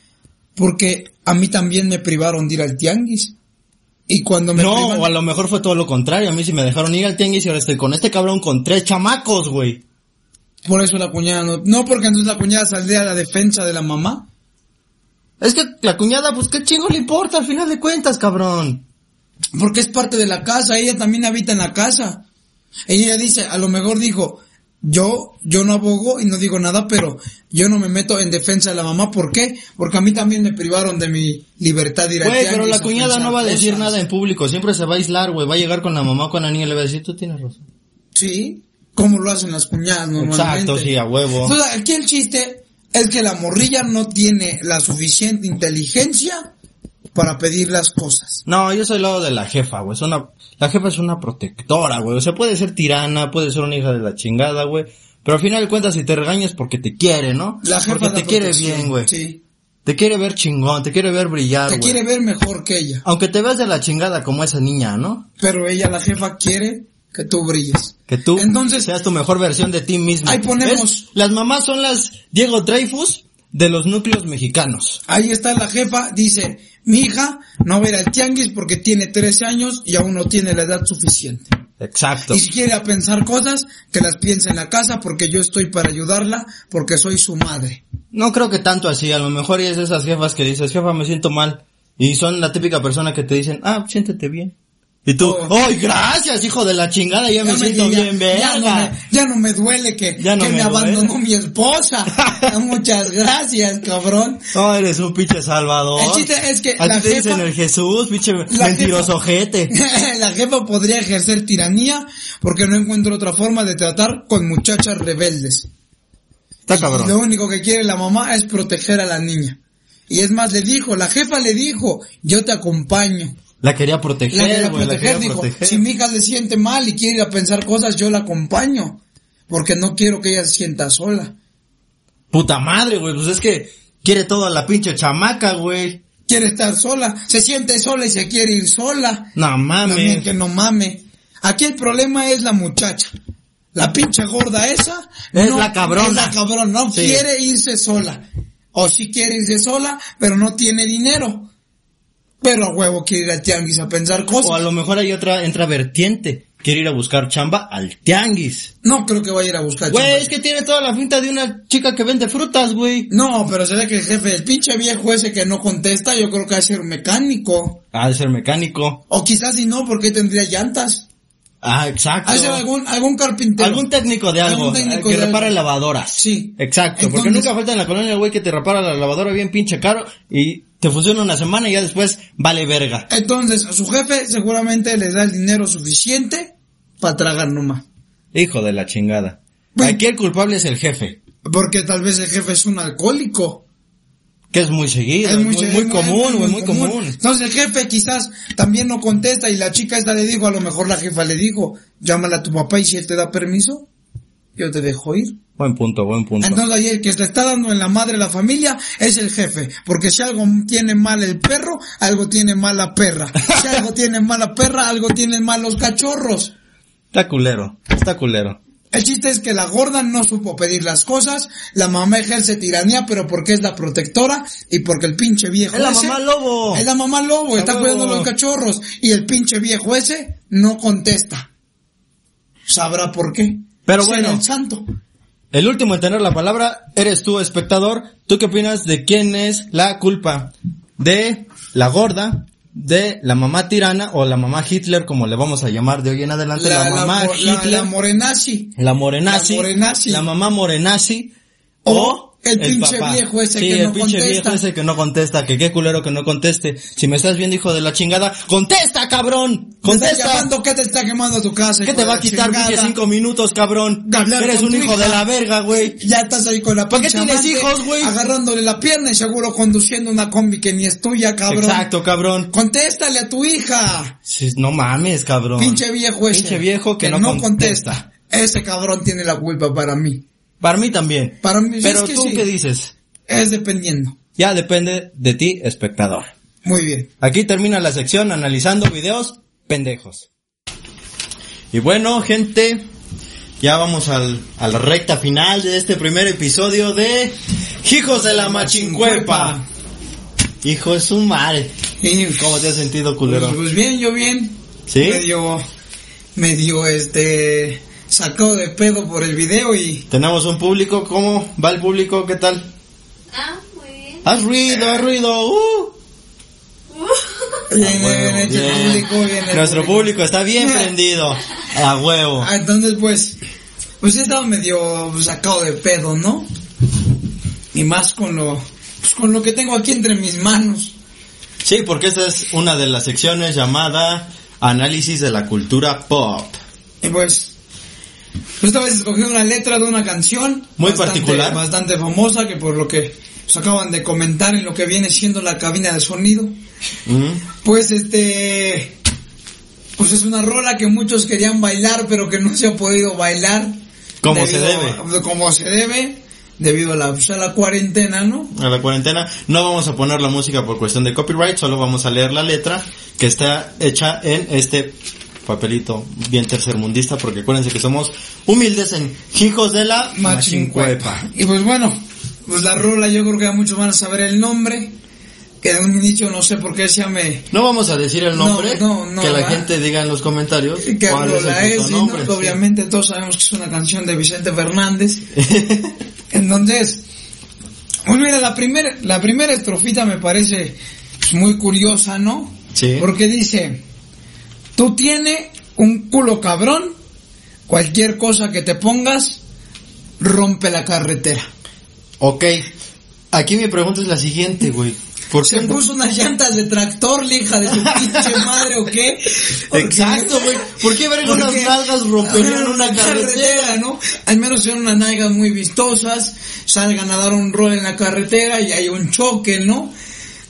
Porque a mí también me privaron de ir al tianguis. Y cuando me No, privan- o a lo mejor fue todo lo contrario. A mí sí me dejaron ir al tianguis y ahora estoy con este cabrón con tres chamacos, güey. por eso la cuñada no, no porque entonces la cuñada saldría a la defensa de la mamá. Es que la cuñada, pues qué chingo le importa al final de cuentas, cabrón. Porque es parte de la casa, ella también habita en la casa. Ella dice, a lo mejor dijo, yo, yo no abogo y no digo nada, pero yo no me meto en defensa de la mamá. ¿Por qué? Porque a mí también me privaron de mi libertad de ir al Güey, tianguis pero a la cuñada pensar no va a decir cosas. nada en público, siempre se va a aislar, güey. Va a llegar con la mamá o con la niña y le va a decir, tú tienes razón. Sí, como lo hacen las cuñadas normalmente. Exacto, sí, a huevo. Entonces, aquí el chiste es que la morrilla no tiene la suficiente inteligencia para pedir las cosas. No, yo soy el lado de la jefa, güey. Es una, la jefa es una protectora, güey. O sea, puede ser tirana, puede ser una hija de la chingada, güey. Pero al final de cuentas, si te regañas porque te quiere, ¿no? La jefa porque da te quiere protección, bien, güey. Sí. Te quiere ver chingón, te quiere ver brillar, Te güey. quiere ver mejor que ella, Aunque te veas de la chingada como esa niña, ¿no? pero ella, la jefa, quiere que tú brilles. Que tú Entonces- seas tu mejor versión de ti mismo. Ahí ponemos- Las mamás son las Diego Dreyfus de los núcleos mexicanos. Ahí está la jefa, dice, mi hija no va a ir al tianguis porque tiene 13 años y aún no tiene la edad suficiente. Exacto. Y si quiere a pensar cosas, que las piense en la casa porque yo estoy para ayudarla porque soy su madre. No creo que tanto así, a lo mejor es esas jefas que dices, jefa, me siento mal. Y son la típica persona que te dicen, ah, siéntete bien. Y tú, Oh. ¡ay, gracias, hijo de la chingada! Ya, me siento ya- ya bien, no, verga. me, ya no me duele que, Ya no que me me, abandonó duele. mi esposa. Muchas gracias, cabrón. No, Oh, eres un pinche salvador. El chiste es que A ti la te jefa- dicen el Jesús, pinche jefa- mentiroso ojete. la jefa podría ejercer tiranía porque no encuentro otra forma de tratar con muchachas rebeldes. Está Y Lo cabrón. único que quiere la mamá es proteger a la niña. Y es más, le dijo, la jefa le dijo, yo te acompaño. La quería La quería proteger, güey, la proteger, quería dijo, proteger. si mi hija se siente mal y quiere ir a pensar cosas, yo la acompaño. Porque no quiero que ella se sienta sola. Puta madre, güey, pues es que quiere toda la pinche chamaca, güey. Quiere estar sola, se siente sola y se quiere ir sola. No También mames. que no mame. Aquí el problema es la muchacha. La pinche gorda esa. Es la cabrona. Es la cabrona, no Sí. quiere irse sola. O sí quiere irse sola, pero no tiene dinero. Pero a huevo quiere ir al tianguis a pensar O a cosas. lo mejor hay otra, entra vertiente. Quiere ir a buscar chamba al tianguis. No creo que vaya a ir a buscar Güey, chamba. es que tiene toda la finta de una chica que vende frutas, güey. No, pero será que el jefe, el pinche viejo ese que no contesta, yo creo que va a ser mecánico. Ah, de ser mecánico. O quizás si no, porque tendría llantas. Ah, exacto. Ha de ser algún, algún carpintero. Algún técnico de algo. Algún técnico eh, que de repara algo. lavadoras. Sí. Exacto. porque Entonces- nunca falta en la colonia el güey que te repara la lavadora bien pinche caro y te funciona una semana y ya después vale verga. Entonces, su jefe seguramente les da el dinero suficiente para tragar nomás. Hijo de la chingada. Güey. Aquí el culpable es el jefe. Porque tal vez el jefe es un alcohólico. Que es muy seguido, Es es muy, muy es común, güey, muy común. Entonces el jefe quizás también no contesta y la chica esta le dijo, a lo mejor la jefa le dijo, llámala a tu papá y si él te da permiso, yo te dejo ir. Buen punto, buen punto. Entonces ahí el que se está dando en la madre la familia es el jefe, porque si algo tiene mal el perro, algo tiene mala perra. Si algo tiene mala perra, algo tienen mal los cachorros. Está culero, está culero. El chiste es que la gorda no supo pedir las cosas, la mamá ejerce tiranía, pero porque es la protectora y porque el pinche viejo Es la ese- mamá lobo. Es la mamá lobo, está huevo. cuidando a los cachorros y el pinche viejo ese no contesta. Sabrá por qué. Pero Será bueno. el santo. El último en tener la palabra eres tú, espectador. ¿Tú qué opinas de quién es la culpa? ¿De la gorda? ¿De la mamá tirana o la mamá Hitler, como le vamos a llamar de hoy en adelante? pues La, mamá mo- la- Hitler, la la, morenazi. morenazi, la morenazi. la mamá morenazi O o el pinche papá. viejo ese Sí, que el no pinche contesta. viejo ese que no contesta, que qué culero que no conteste. Si me estás viendo, hijo de la chingada, contesta, cabrón, ¿Te está contesta. llamando? ¿Qué te está quemando tu casa? ¿Qué hijo te de va a la quitar chingada? pinche cinco minutos, cabrón? De hablar Eres con un tu hijo hija. de la verga, güey. Ya estás ahí con la ¿Para qué pinche tienes amante, hijos, güey? Agarrándole la pierna y seguro conduciendo una combi que ni es tuya, cabrón. Exacto, cabrón. Contéstale a tu hija. Sí, no mames, cabrón. Pinche viejo ese. Pinche viejo que no contesta. Ese cabrón tiene la culpa para mí. Para mí también. Para mí es Pero que tú sí. qué dices? Es dependiendo. Ya depende de ti, espectador. Muy bien. Aquí termina la sección analizando videos pendejos. Y bueno, gente, ya vamos al, a la recta final de este primer episodio de Hijos de la Machincuepa. Hijo es un madre. Y- ¿Cómo te has sentido, Pues, culero? pues bien, yo bien. ¿Sí? Medio, medio este, sacado de pedo por el video y... Tenemos un público, ¿cómo va el público? ¿Qué tal? Ah, muy bien. Haz ruido, haz ruido, ¡uh! Bien, A huevo, bien hecho el Ah, bien. público, bien el Nuestro público está bien prendido. A huevo. Ah, entonces pues, pues he estado medio sacado de pedo, ¿no? Y más con lo, pues con lo que tengo aquí entre mis manos. Sí, porque esta es una de las secciones llamada Análisis de la cultura pop. Y pues, Yo esta vez escogí una letra de una canción. Muy bastante- particular. Bastante famosa, que por lo que nos acaban de comentar en lo que viene siendo la cabina de sonido. Mm. Pues este. Pues es una rola que muchos querían bailar, pero que no se ha podido bailar. Como se debido- como se debe, debido a la, pues, a la cuarentena, ¿no? a la cuarentena. No vamos a poner la música por cuestión de copyright, solo vamos a leer la letra que está hecha en este papelito bien tercermundista, porque acuérdense que somos humildes en hijos de la Machincuepa. Y pues bueno, pues la rola yo creo que ya muchos van a saber el nombre. Que de un inicio no sé por qué se llame No vamos a decir el nombre, No, no, no, que la ¿verdad? gente diga en los comentarios que cuál es rola el es, puto y no, nombre. que obviamente todos sabemos que es una canción de Vicente Fernández. Entonces, pues mira, la primera la primera estrofita me parece muy curiosa, ¿no? Sí. Porque dice, tú tienes un culo cabrón, cualquier cosa que te pongas rompe la carretera. ok, aquí mi pregunta es la siguiente, güey. ¿Por Se qué? puso unas llantas de tractor, la hija de su pinche madre o qué. Porque- Exacto, güey. ¿Por qué verga Porque- unas nalgas romperían una carretera? ¿no? Al menos son unas nalgas muy vistosas, salgan a dar un rol en la carretera y hay un choque, ¿no?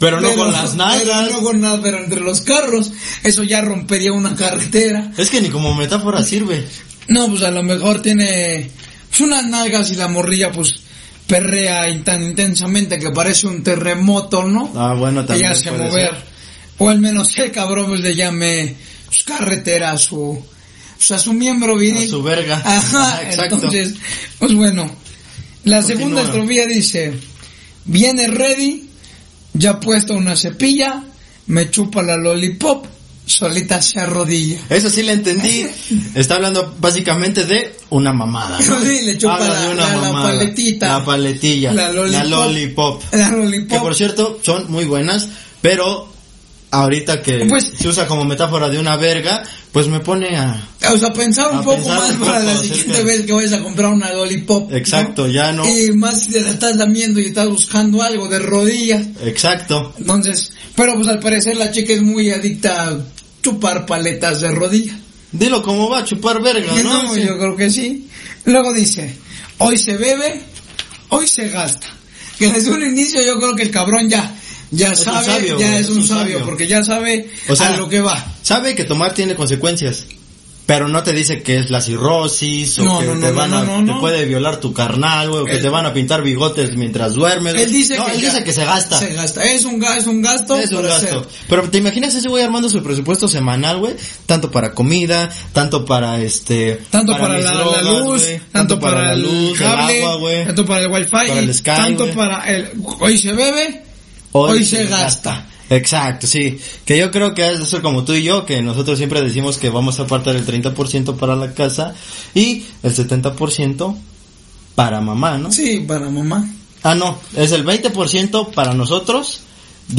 Pero no con las nalgas. Pero no con nada, pero entre los carros. Eso ya rompería una carretera. Es que ni como metáfora sirve. No, pues a lo mejor tiene pues, unas nalgas y la morrilla, pues perrea y tan intensamente que parece un terremoto, ¿no? Ah, bueno, que también ya hace puede mover. ser. O al menos el cabrón pues, le llame pues, carretera a su, pues, a su miembro viril. A su verga. Ajá, Ajá, exacto. entonces, pues bueno. La segunda Continúa. estrofía dice, viene ready, ya puesto una cepilla, me chupa la lollipop, solita se arrodilla. Eso sí la entendí. Está hablando básicamente de una mamada. ¿no? Sí, le chupa Habla la- de una la- la mamada. paletita. La paletilla. La lollipop. lollipop. La Que por lollipop. cierto, son muy buenas, pero ahorita que Pues- se usa como metáfora de una verga, pues me pone a... O sea, pensar un A poco pensar más un para poco la acerca- siguiente vez que vayas a comprar una lollipop. ¿no? Exacto, ya no. Y más si te la estás lamiendo y estás buscando algo de rodillas. Exacto. Entonces, pero pues al parecer la chica es muy adicta a chupar paletas de rodilla. Dilo como va, chupar verga, Y ¿no? no, Sí. yo creo que sí. Luego dice, hoy se bebe, hoy se gasta. Que desde un inicio yo creo que el cabrón ya, ya Es un sabe, sabio, ya güey, es un sabio, porque ya sabe O sea, a lo que va. Sabe que tomar tiene consecuencias, pero no te dice que es la cirrosis o No, que no, no, te no, van a, no, no, te no. puede violar tu carnal, güey, o que Él- te van a pintar bigotes mientras duermes. Él dice, No, que, él ya- dice que se gasta. Se gasta. Es un, ga- es un gasto. Es un para gasto. hacer. Pero te imaginas ese güey armando su presupuesto semanal, güey, tanto para comida, tanto para este, Tanto para, mis la, drogas, la luz, güey, tanto, para, el luz, el cable, agua, güey. tanto para el wifi, para el y Sky, tanto güey. para el... Hoy se bebe, hoy, se gasta. Exacto, sí. Que yo creo que es eso como tú y yo, que nosotros siempre decimos que vamos a apartar el 30% para la casa y el 70% para mamá, ¿no? Sí, para mamá. Ah, no, es el 20% para nosotros,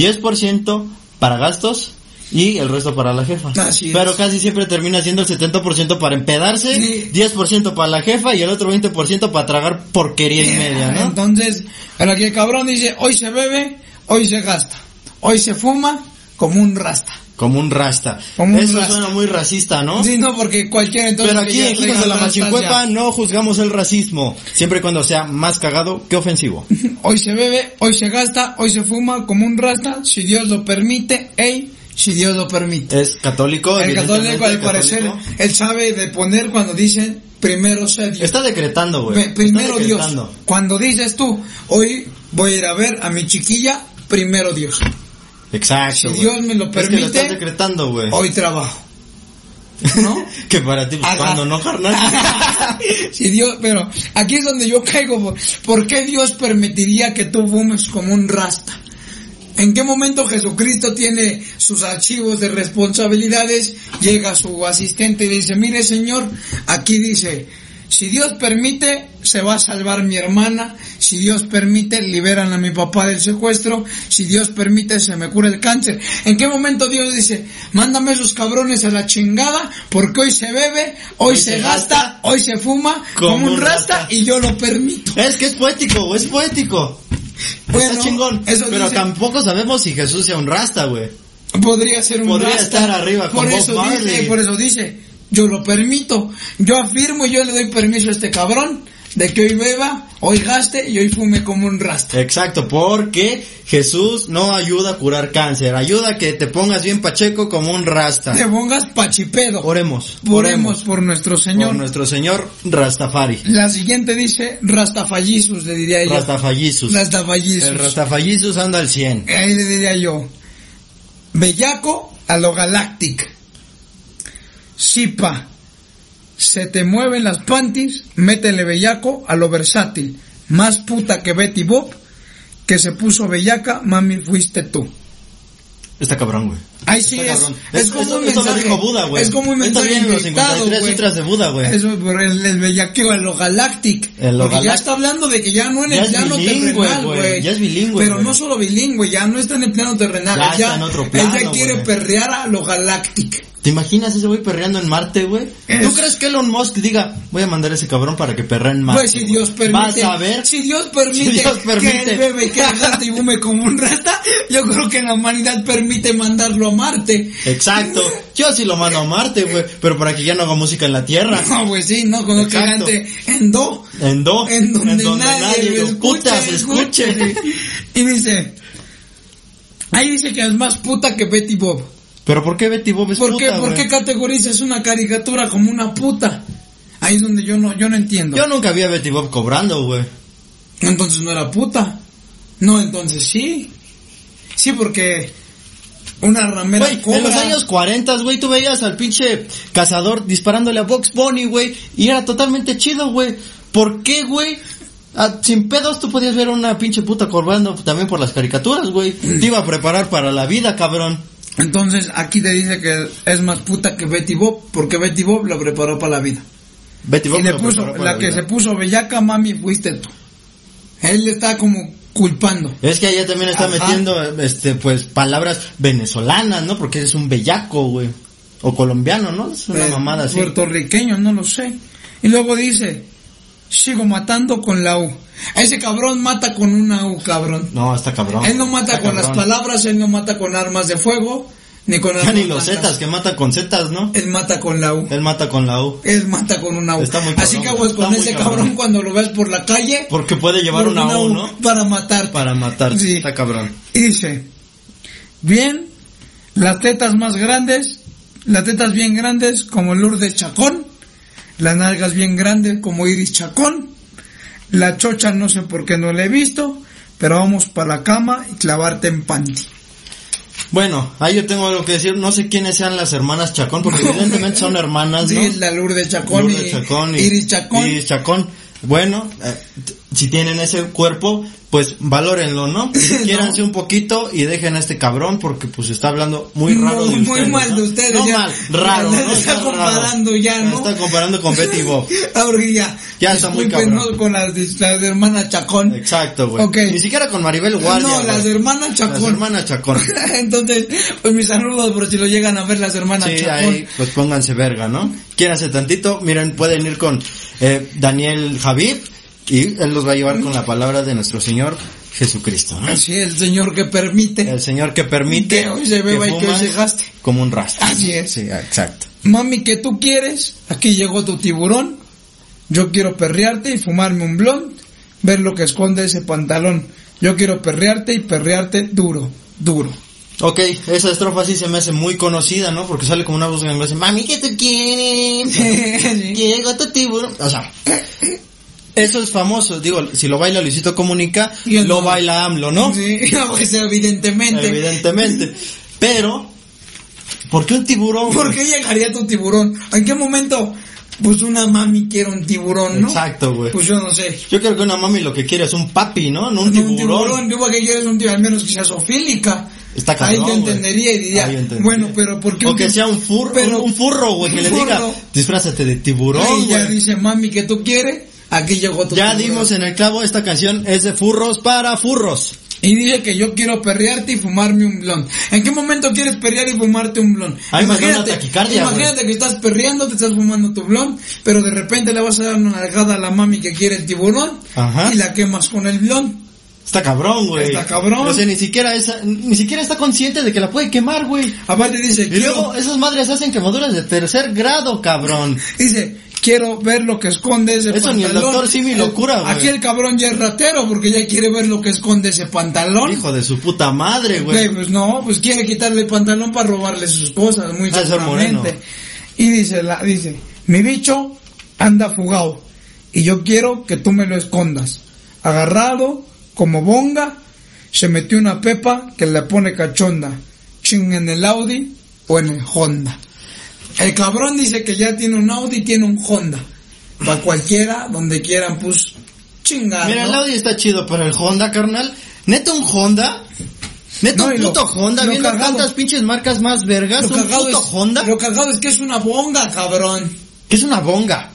10% para gastos y el resto para la jefa. Así es. Pero casi siempre termina siendo el 70% para empedarse, Sí. 10% para la jefa y el otro 20% para tragar porquería y media, ¿no? Entonces, pero aquí el cabrón dice, hoy se bebe, hoy se gasta, hoy se fuma como un rasta. Como un rasta. Como un Eso rasta. suena muy racista, ¿no? Sí, no, porque cualquier entonces... Pero que aquí ya en Hijos de traiga la rastas Machincuepa no juzgamos el racismo, siempre y cuando sea más cagado que ofensivo. ya. Hoy se bebe, hoy se gasta, hoy se fuma como un rasta, si Dios lo permite, ey, si Dios lo permite. Es católico. el católico, al evidentemente, parecer, católico. él sabe de poner cuando dicen primero sé Dios. Está decretando, güey. Ve, Está primero Dios. decretando. Cuando dices tú, hoy voy a ir a ver a mi chiquilla, primero Dios. Eh. Exacto. Si güey. Dios me lo Es que lo permite, estás decretando, güey. Hoy trabajo. ¿No? Que para ti, pues, Ajá. cuando no, carnal. Si Dios, pero aquí es donde yo caigo. ¿Por, por qué Dios permitiría que tú fumes como un rasta? ¿En qué momento Jesucristo tiene sus archivos de responsabilidades? Llega su asistente y dice, mire señor, aquí dice, si Dios permite, se va a salvar mi hermana, si Dios permite, liberan a mi papá del secuestro, si Dios permite, se me cura el cáncer. ¿En qué momento Dios dice, mándame esos cabrones a la chingada, porque hoy se bebe, hoy, Hoy se, se gasta, gasta, hoy se fuma como como, un un rasta, rasta. y yo lo permito? es que es poético, güey, es poético. Bueno, Está chingón. eso pero dice- tampoco sabemos si Jesús sea un rasta, güey. Podría ser un Podría rasta. estar arriba con por Bob eso Marley. dice, por eso dice, yo lo permito. Yo afirmo y yo le doy permiso a este cabrón de que hoy beba, hoy gaste y hoy fume como un rasta. Exacto, porque Jesús no ayuda a curar cáncer, ayuda a que te pongas bien pacheco como un rasta. Te pongas pachipedo. Oremos, Oremos por nuestro por Señor. nuestro señor Rastafari. La siguiente dice Rastafallisus, le diría yo. Rastafallisus. Rastafallisus. El Rastafallisus anda al 100. Ahí le diría yo. Bellaco a lo Galactic. Sipa. Se te mueven las panties, métele bellaco a lo versátil. Más puta que Betty Bob, que se puso bellaca, mami fuiste tú. Está cabrón, güey. Ahí sí Está es, cabrón. es Esto- como un esto lo mensaje. dijo Buda, güey. es como un Esto mensaje viene en los encriptado, 53 güey. sutras de Buda, güey. Eso por el, el bellaqueo, el lo galactic. El lo Porque ya galac- está hablando de que ya no en Ya el es plano bilingüe, terrenal, güey. güey. Ya es bilingüe, Pero güey. no solo bilingüe, ya no está en el plano terrenal. Ya él está en otro plano, Él ya quiere güey. perrear a lo galactic. ¿Te imaginas ese güey perreando en Marte, güey? Es- ¿Tú crees que Elon Musk diga, voy a mandar a ese cabrón para que perre en Marte? Pues si Dios güey? permite, Vas a ver. si Dios permite, Si Dios permite. que el bebé que y bume como un rata, yo creo que la humanidad permite mandarlo a Marte. Exacto. Yo sí lo mando a Marte, güey. Pero para que ya no haga música en la Tierra. No, pues sí, no, con un Exacto. gigante en do. En do. en donde, nadie, lo escucha, putas, escuche. escuche. Y dice, ahí dice que es más puta que Betty Bob. Pero ¿por qué Betty Bob es ¿Por puta, qué, por güey? qué categorizas una caricatura como una puta? Ahí es donde yo no, yo no entiendo. Yo nunca vi a Betty Bob cobrando, güey. Entonces no era puta. No, entonces sí. Sí, porque una ramera Güey, cobra. en los años 40, güey, tú veías al pinche cazador disparándole a Box Bunny, güey, y era totalmente chido, güey. ¿Por qué, güey? Ah, sin pedos tú podías ver a una pinche puta cobrando también por las caricaturas, güey. Te iba a preparar para la vida, cabrón. Entonces aquí te dice que es más puta que Betty Bob, porque Betty Bob la preparó para la vida. Betty Bob y le lo puso, preparó para la que vida. se puso bellaca, mami, fuiste tú. Él le está como culpando. Es que allá también está Ajá. metiendo, este, pues, palabras venezolanas, ¿no? Porque eres un bellaco, güey. O colombiano, ¿no? Es una Eh, mamada así. Puertorriqueño, no lo sé. Y luego dice, sigo matando con la U. Ese cabrón mata con una U, cabrón. No, está cabrón. él no mata Está con las cabrón. palabras, él no mata con armas de fuego, ni con Ya armas ni los blancas. zetas, que mata con zetas, ¿no? Él mata con la U. Él mata con la U. Él mata con una U. Está muy Así que cabrón, aguas está con muy ese cabrón. cabrón. cuando lo ves por la calle. Porque puede llevar con una U, ¿no? Para matar. Para matar. Sí. Está cabrón. Y dice, bien, las tetas más grandes, las tetas bien grandes como Lourdes Chacón, las nalgas bien grandes como Iris Chacón, la chocha no sé por qué no la he visto, pero vamos para la cama y clavarte en panty. Bueno, ahí yo tengo algo que decir. No sé quiénes sean las hermanas Chacón, porque evidentemente son hermanas, Sí, ¿no? la Lourdes Chacón, Lourdes y, Chacón y- Iris Chacón. Iris Chacón. Bueno, eh, t- si tienen ese cuerpo, pues valórenlo, ¿no? Quiéranse un poquito y dejen a este cabrón porque pues está hablando muy No, raro de muy ustedes. mal ¿no? de ustedes, No ya. mal, raro. Ya ¿no? se está raro. comparando ya, ¿no? está comparando con Betty Bob. Ahora ya, Ya está muy disculpen, cabrón. ¿no? con las, de- las de hermana Chacón. Exacto, güey. Ok. Ni siquiera con Maribel Guardia. no, las güey. hermanas Chacón. Las hermanas Chacón. Entonces, pues mis saludos, por si lo llegan a ver las hermanas Sí, Chacón. ahí, pues pónganse verga, ¿no? Quiéranse tantito, miren, pueden ir con eh, Daniel Javid y él los va a llevar con la palabra de nuestro Señor Jesucristo, ¿no? Así el señor que permite. El Señor que permite Que hoy se beba y que hoy fumas se gaste. Como un rastro. Así es. Sí, exacto. Mami, que tú quieres? Aquí llegó tu tiburón. Yo quiero perrearte y fumarme un blond. Ver lo que esconde ese pantalón. Yo quiero perrearte y perrearte duro, duro. Ok, esa estrofa sí se me hace muy conocida, ¿no? Porque sale como una voz gangosa, mami, ¿qué te quieres? Llegó tu tiburón. O sea, eso es famoso. Digo, si lo baila Luisito Comunica, Y el lo no. baila AMLO, ¿no? Sí, pues evidentemente. Evidentemente. Pero, ¿por qué un tiburón? ¿Por qué llegaría tu tiburón? ¿En qué momento? Pues una mami quiere un tiburón, ¿no? Exacto, güey. Pues yo no sé. Yo creo que una mami lo que quiere es un papi, ¿no? No un Un tiburón. tiburón. digo que quieres un tiburón, al menos que sea zoofílica. Está cabrón, Ahí yo güey. entendería y diría, Ahí entendería. bueno, pero ¿por qué O que tib- sea un furro, pero- un furro, güey, que le un diga, furro? disfrázate de Y tiburón, ya güey. dice, mami, que tú quieres? Aquí llegó tu Ya tiburón. dimos en el clavo, esta canción es de furros para furros. Y dice que yo quiero perrearte y fumarme un blon. ¿En qué momento quieres perrear y fumarte un blon? Ay, me da una taquicardia, imagínate que estás perreando, te estás fumando tu blon, pero de repente le vas a dar una nalgada a la mami que quiere el tiburón Ajá. y la quemas con el blon. Está cabrón, güey. Está cabrón. O sea, ni siquiera esa, ni siquiera está consciente de que la puede quemar, güey. Aparte dice, Y quiero, luego esas madres hacen quemaduras de tercer grado, cabrón. dice, quiero ver lo que esconde ese Eso pantalón. ni el doctor Simi lo cura, güey. Aquí el cabrón ya es ratero porque ya quiere ver lo que esconde ese pantalón. Hijo de su puta madre, Güey, güey. pues no, pues quiere quitarle el pantalón para robarle sus cosas, muy Ha de ser Ah, moreno. seguramente. Y dice, la, dice, mi bicho anda fugado y yo quiero que tú me lo escondas. Agarrado, como bonga, se metió una pepa que le pone cachonda. Ching en el Audi o en el Honda. El cabrón dice que ya tiene un Audi y tiene un Honda. Para cualquiera, donde quieran, pues, chingar. Mira, ¿no? el Audi está chido, pero el Honda, carnal. Neta un Honda. Neta No, un y lo- puto Honda, lo viendo cagado- tantas pinches marcas más vergas. Un puto es, Honda. lo cagado es que es una bonga, cabrón. Que es una bonga.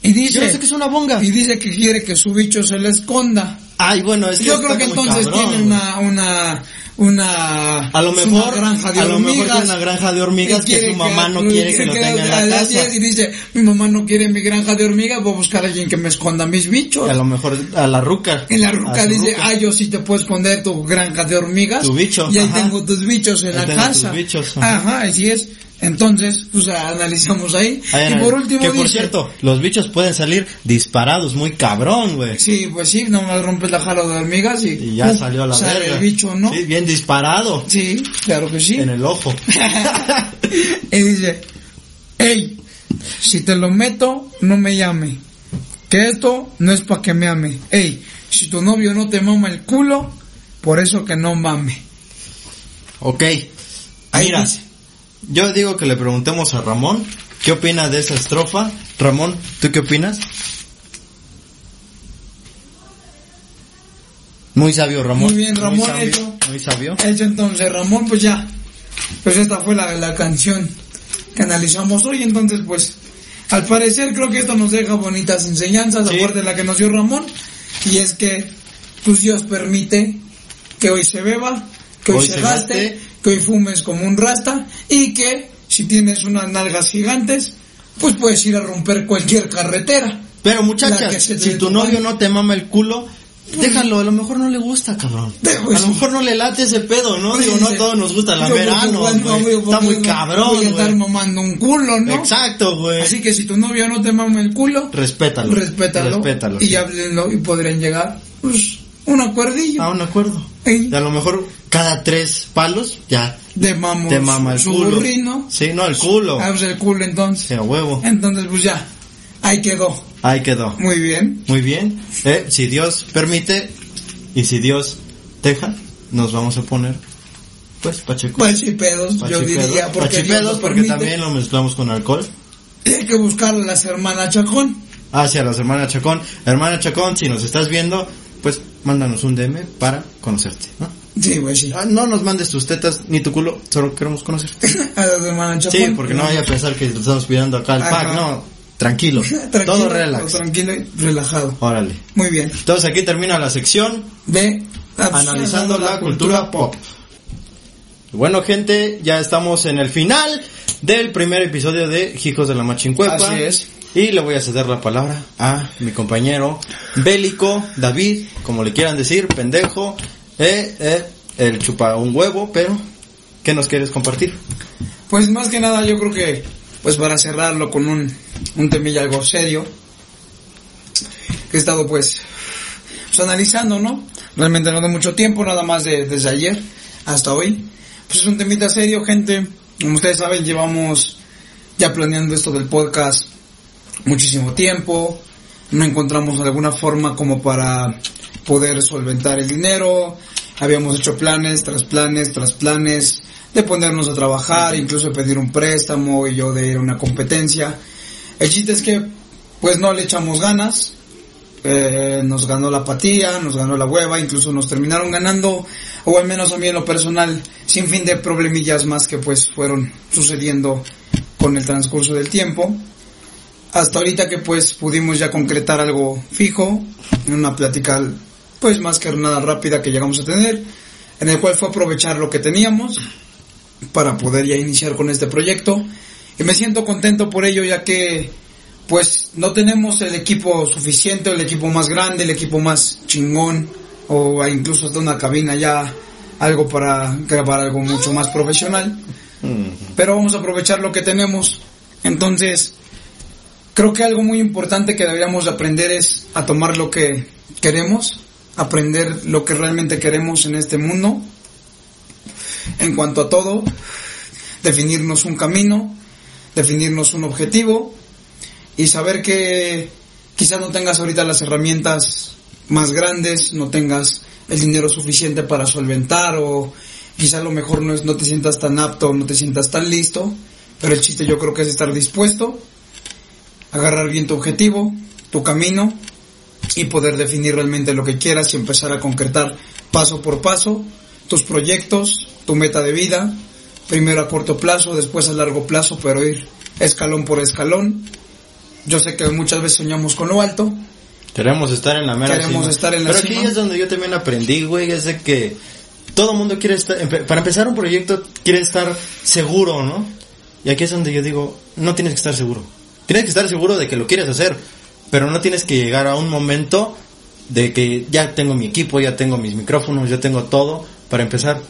Y Yo no sé dice, que es una bonga. y dice que quiere que su bicho se le esconda. Ay, bueno, es que Yo está creo que muy entonces cabrón, tiene güey. una, una, una, A lo es mejor, una granja de a lo mejor hormigas. tiene una granja de hormigas que, quiere su mamá no quiere que se lo quede tenga en a la las casa. 10 Y dice, mi mamá no quiere mi granja de hormigas, voy a buscar a alguien que me esconda mis bichos. A lo mejor a la ruca. En la A ruca su dice, ah, yo sí te puedo esconder tu granja de hormigas. Tu bicho, Y ahí ajá. tengo tus bichos en Ahí la tengo tus casa. bichos, ajá. Ajá, así es. Entonces, pues analizamos ahí. Ay, y ay, por último que dice, por cierto, los bichos pueden salir disparados, muy cabrón, güey. Sí, pues sí, nomás rompes la jala de hormigas y, Y ya ¡pum! salió a la sale verga. el bicho, ¿no? Sí, Sí, bien disparado claro que sí. en el ojo. y dice, hey, si te lo meto, no me llame. Que esto no es para que me ame. Hey, si tu novio no te mama el culo, por eso que no mame. ok. Ahí Mira, dice. yo digo que le preguntemos a Ramón qué opina de esa estrofa. Ramón, ¿tú qué opinas? Muy sabio, Ramón. Muy bien, Ramón, sabio, eso. muy sabio. Hecho entonces, Ramón, pues ya. Pues esta fue la, la canción que analizamos hoy. Entonces, pues, al parecer creo que esto nos deja bonitas enseñanzas, Sí. aparte de la que nos dio Ramón. Y es que, pues Dios permite que hoy se beba, que hoy, Hoy se se gaste, gaste. que hoy fumes como un rasta y que si tienes unas nalgas gigantes, pues puedes ir a romper cualquier carretera. Pero La que muchachas, se te si tu toma. novio no te mama el culo, déjalo, a lo mejor no le gusta, cabrón. Dejo a eso. lo mejor no le late ese pedo, ¿no? Pues Digo, no a dice, todos nos gusta la yo por verano, igual no voy a Está muy ponerme- cabrón, Voy a estar güey. mamando un culo, ¿no? Exacto, güey. Así que si tu novio no te mama el culo, Respétalo. respétalo, Respétalo, y sí. háblenlo y podrían llegar pues, un acuerdillo A Ah, un acuerdo. Ey. Y a lo mejor cada tres palos ya de mamo te mama el su culo. burrino, Sí, no, el culo. ah, pues, el culo Sí, entonces. a huevo. Entonces pues ya, ahí quedó. Ahí quedó. Muy bien. Muy bien. Eh, si Dios permite y si Dios deja, nos vamos a poner, pues, pacheco. Pachipedos, yo diría, porque Dios Pachipedos, lo porque permite. también lo mezclamos con alcohol. Y Hay que buscar a las hermanas Chacón. Hacia las hermanas Chacón. Hermana Chacón, si nos estás viendo, pues mándanos un DM para conocerte. ¿no? Sí, pues sí. Ah, no nos mandes tus tetas ni tu culo, solo queremos conocerte. A las hermanas Chacón. Sí, porque no vaya a pensar que te estamos cuidando acá el Ajá. pack. No, tranquilo. Tranquilo, todo relax. Tranquilo y relajado. Órale. Muy bien. Entonces aquí termina la sección De analizando la cultura pop. Bueno, gente, ya estamos en el final del primer episodio de Hijos de la Machincuepa. Así es. Y le voy a ceder la palabra a mi compañero bélico, David, como le quieran decir, pendejo, eh, eh, el chupa un huevo, pero ¿qué nos quieres compartir? Pues más que nada yo creo que, pues para cerrarlo con un, un temilla algo serio, que he estado pues, pues, analizando, ¿no? Realmente no de mucho tiempo, nada más de- desde ayer hasta hoy. Pues es un temita serio, gente. Como ustedes saben, llevamos ya planeando esto del podcast muchísimo tiempo. No encontramos alguna forma como para poder solventar el dinero. Habíamos hecho planes tras planes tras planes de ponernos a trabajar, incluso pedir un préstamo y yo de ir a una competencia. El chiste es que pues no le echamos ganas. Eh, nos ganó la apatía, nos ganó la hueva, incluso nos terminaron ganando, o al menos a mí en lo personal, sin fin de problemillas más que pues fueron sucediendo con el transcurso del tiempo hasta ahorita que pues pudimos ya concretar algo fijo, una plática pues más que nada rápida que llegamos a tener, en el cual fue aprovechar lo que teníamos para poder ya iniciar con este proyecto y me siento contento por ello ya que pues no tenemos el equipo suficiente, el equipo más grande, el equipo más chingón o incluso hasta una cabina ya algo para grabar algo mucho más profesional. Pero vamos a aprovechar lo que tenemos. Entonces, creo que algo muy importante que deberíamos aprender es a tomar lo que queremos, aprender lo que realmente queremos en este mundo. En cuanto a todo, definirnos un camino, definirnos un objetivo y saber que quizás no tengas ahorita las herramientas más grandes, no tengas el dinero suficiente para solventar o quizás lo mejor no es no te sientas tan apto, no te sientas tan listo, pero el chiste yo creo que es estar dispuesto, agarrar bien tu objetivo, tu camino y poder definir realmente lo que quieras y empezar a concretar paso por paso tus proyectos, tu meta de vida, primero a corto plazo, después a largo plazo, pero ir escalón por escalón. Yo sé que muchas veces soñamos con lo alto, Queremos estar en la mera Queremos cima. estar en la Pero aquí cima. es donde yo también aprendí, güey, es de que todo mundo quiere estar, empe- para empezar un proyecto quiere estar seguro, ¿no? Y aquí es donde yo digo, no tienes que estar seguro. Tienes que estar seguro de que lo quieres hacer, pero no tienes que llegar a un momento de que ya tengo mi equipo, ya tengo mis micrófonos, ya tengo todo para empezar.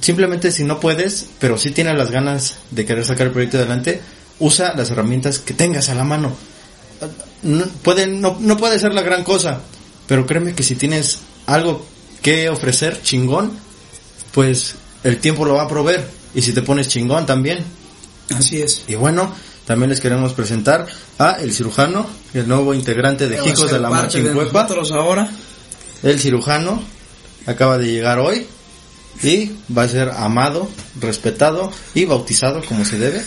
Simplemente si no puedes, pero si tienes las ganas de querer sacar el proyecto adelante, usa las herramientas que tengas a la mano no puede, no, no puede ser la gran cosa, pero créeme que si tienes algo que ofrecer chingón, pues el tiempo lo va a proveer. Y si te pones chingón también. así es. Y bueno, también les queremos presentar a El Cirujano, el nuevo integrante de Chicos de la Parte de Marchincuepa. nosotros ahora. El Cirujano acaba de llegar hoy y va a ser amado, respetado y bautizado como se debe.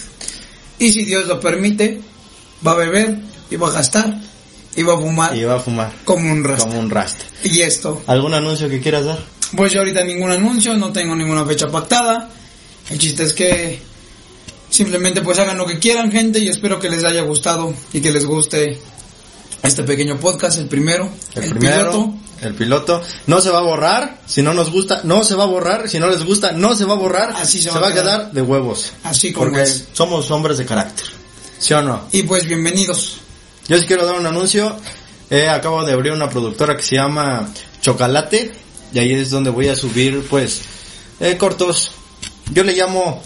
Y si Dios lo permite, va a beber y va a gastar y va a fumar Y va a fumar como un rastro. como un rasta. Y esto, ¿Algún anuncio que quieras dar? pues yo ahorita ningún anuncio, no tengo ninguna fecha pactada. El chiste es que simplemente pues hagan lo que quieran, gente, y espero que les haya gustado y que les guste este pequeño podcast, el primero, el, El, primero, piloto. el piloto, no se va a borrar, si no nos gusta, no se va a borrar, si no les gusta, no se va a borrar, Así se va, a quedar, de huevos. Así como Porque es. somos hombres de carácter, ¿sí o no? Y pues bienvenidos. Yo sí quiero dar un anuncio, eh, acabo de abrir una productora que se llama Chocolate, y ahí es donde voy a subir, pues, eh, cortos, yo le llamo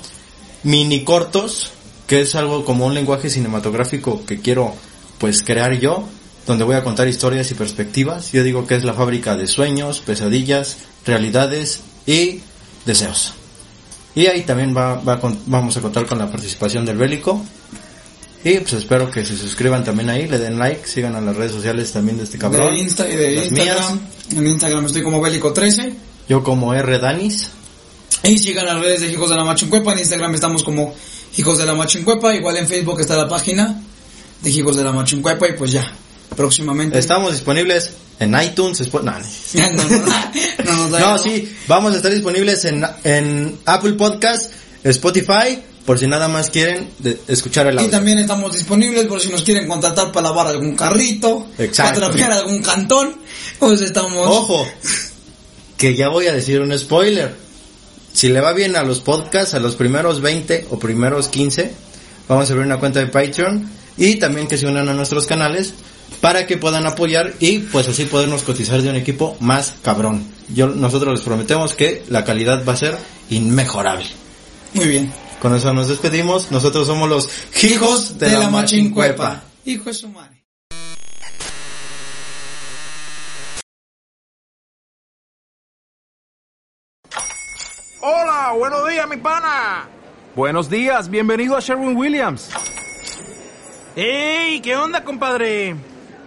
mini cortos, que es algo como un lenguaje cinematográfico que quiero pues crear yo, donde voy a contar historias y perspectivas. Yo digo que es la fábrica de sueños, pesadillas, realidades y deseos. Y ahí también va, va con- vamos a contar con la participación del bélico. Y pues espero que se suscriban también ahí, le den like, sigan a las redes sociales también de este cabrón. De, Insta, de Las Instagram. mías. En Instagram estoy como Bélico13. Yo como R. Danis. Y sigan las redes de Hijos de la Machincuepa. En Instagram estamos como Hijos de la Machincuepa. Igual en Facebook está la página de Hijos de la Machincuepa. Y pues ya, próximamente. Estamos disponibles en iTunes, Spo- no, no, no. no, no, no, nos da- No, sí, vamos a estar disponibles en, en Apple Podcast, Spotify, por si nada más quieren de- escuchar el Y audio. también estamos disponibles por si nos quieren contratar para lavar algún carrito, Exacto. Oh, para trapear algún cantón. Pues estamos. Ojo, que ya voy a decir un spoiler. Si le va bien a los podcasts, a los primeros 20 o primeros 15, vamos a abrir una cuenta de Patreon y también que se unan a nuestros canales para que puedan apoyar y pues así podernos cotizar de un equipo más cabrón. Yo, nosotros les prometemos que la calidad va a ser inmejorable. Muy bien. Con eso nos despedimos. Nosotros somos los hijos de, la, Machincuepa. Hijo de su madre. Hola, buenos días, mi pana. Buenos días, bienvenido a Sherwin Williams. ¡Ey! ¿Qué onda, compadre?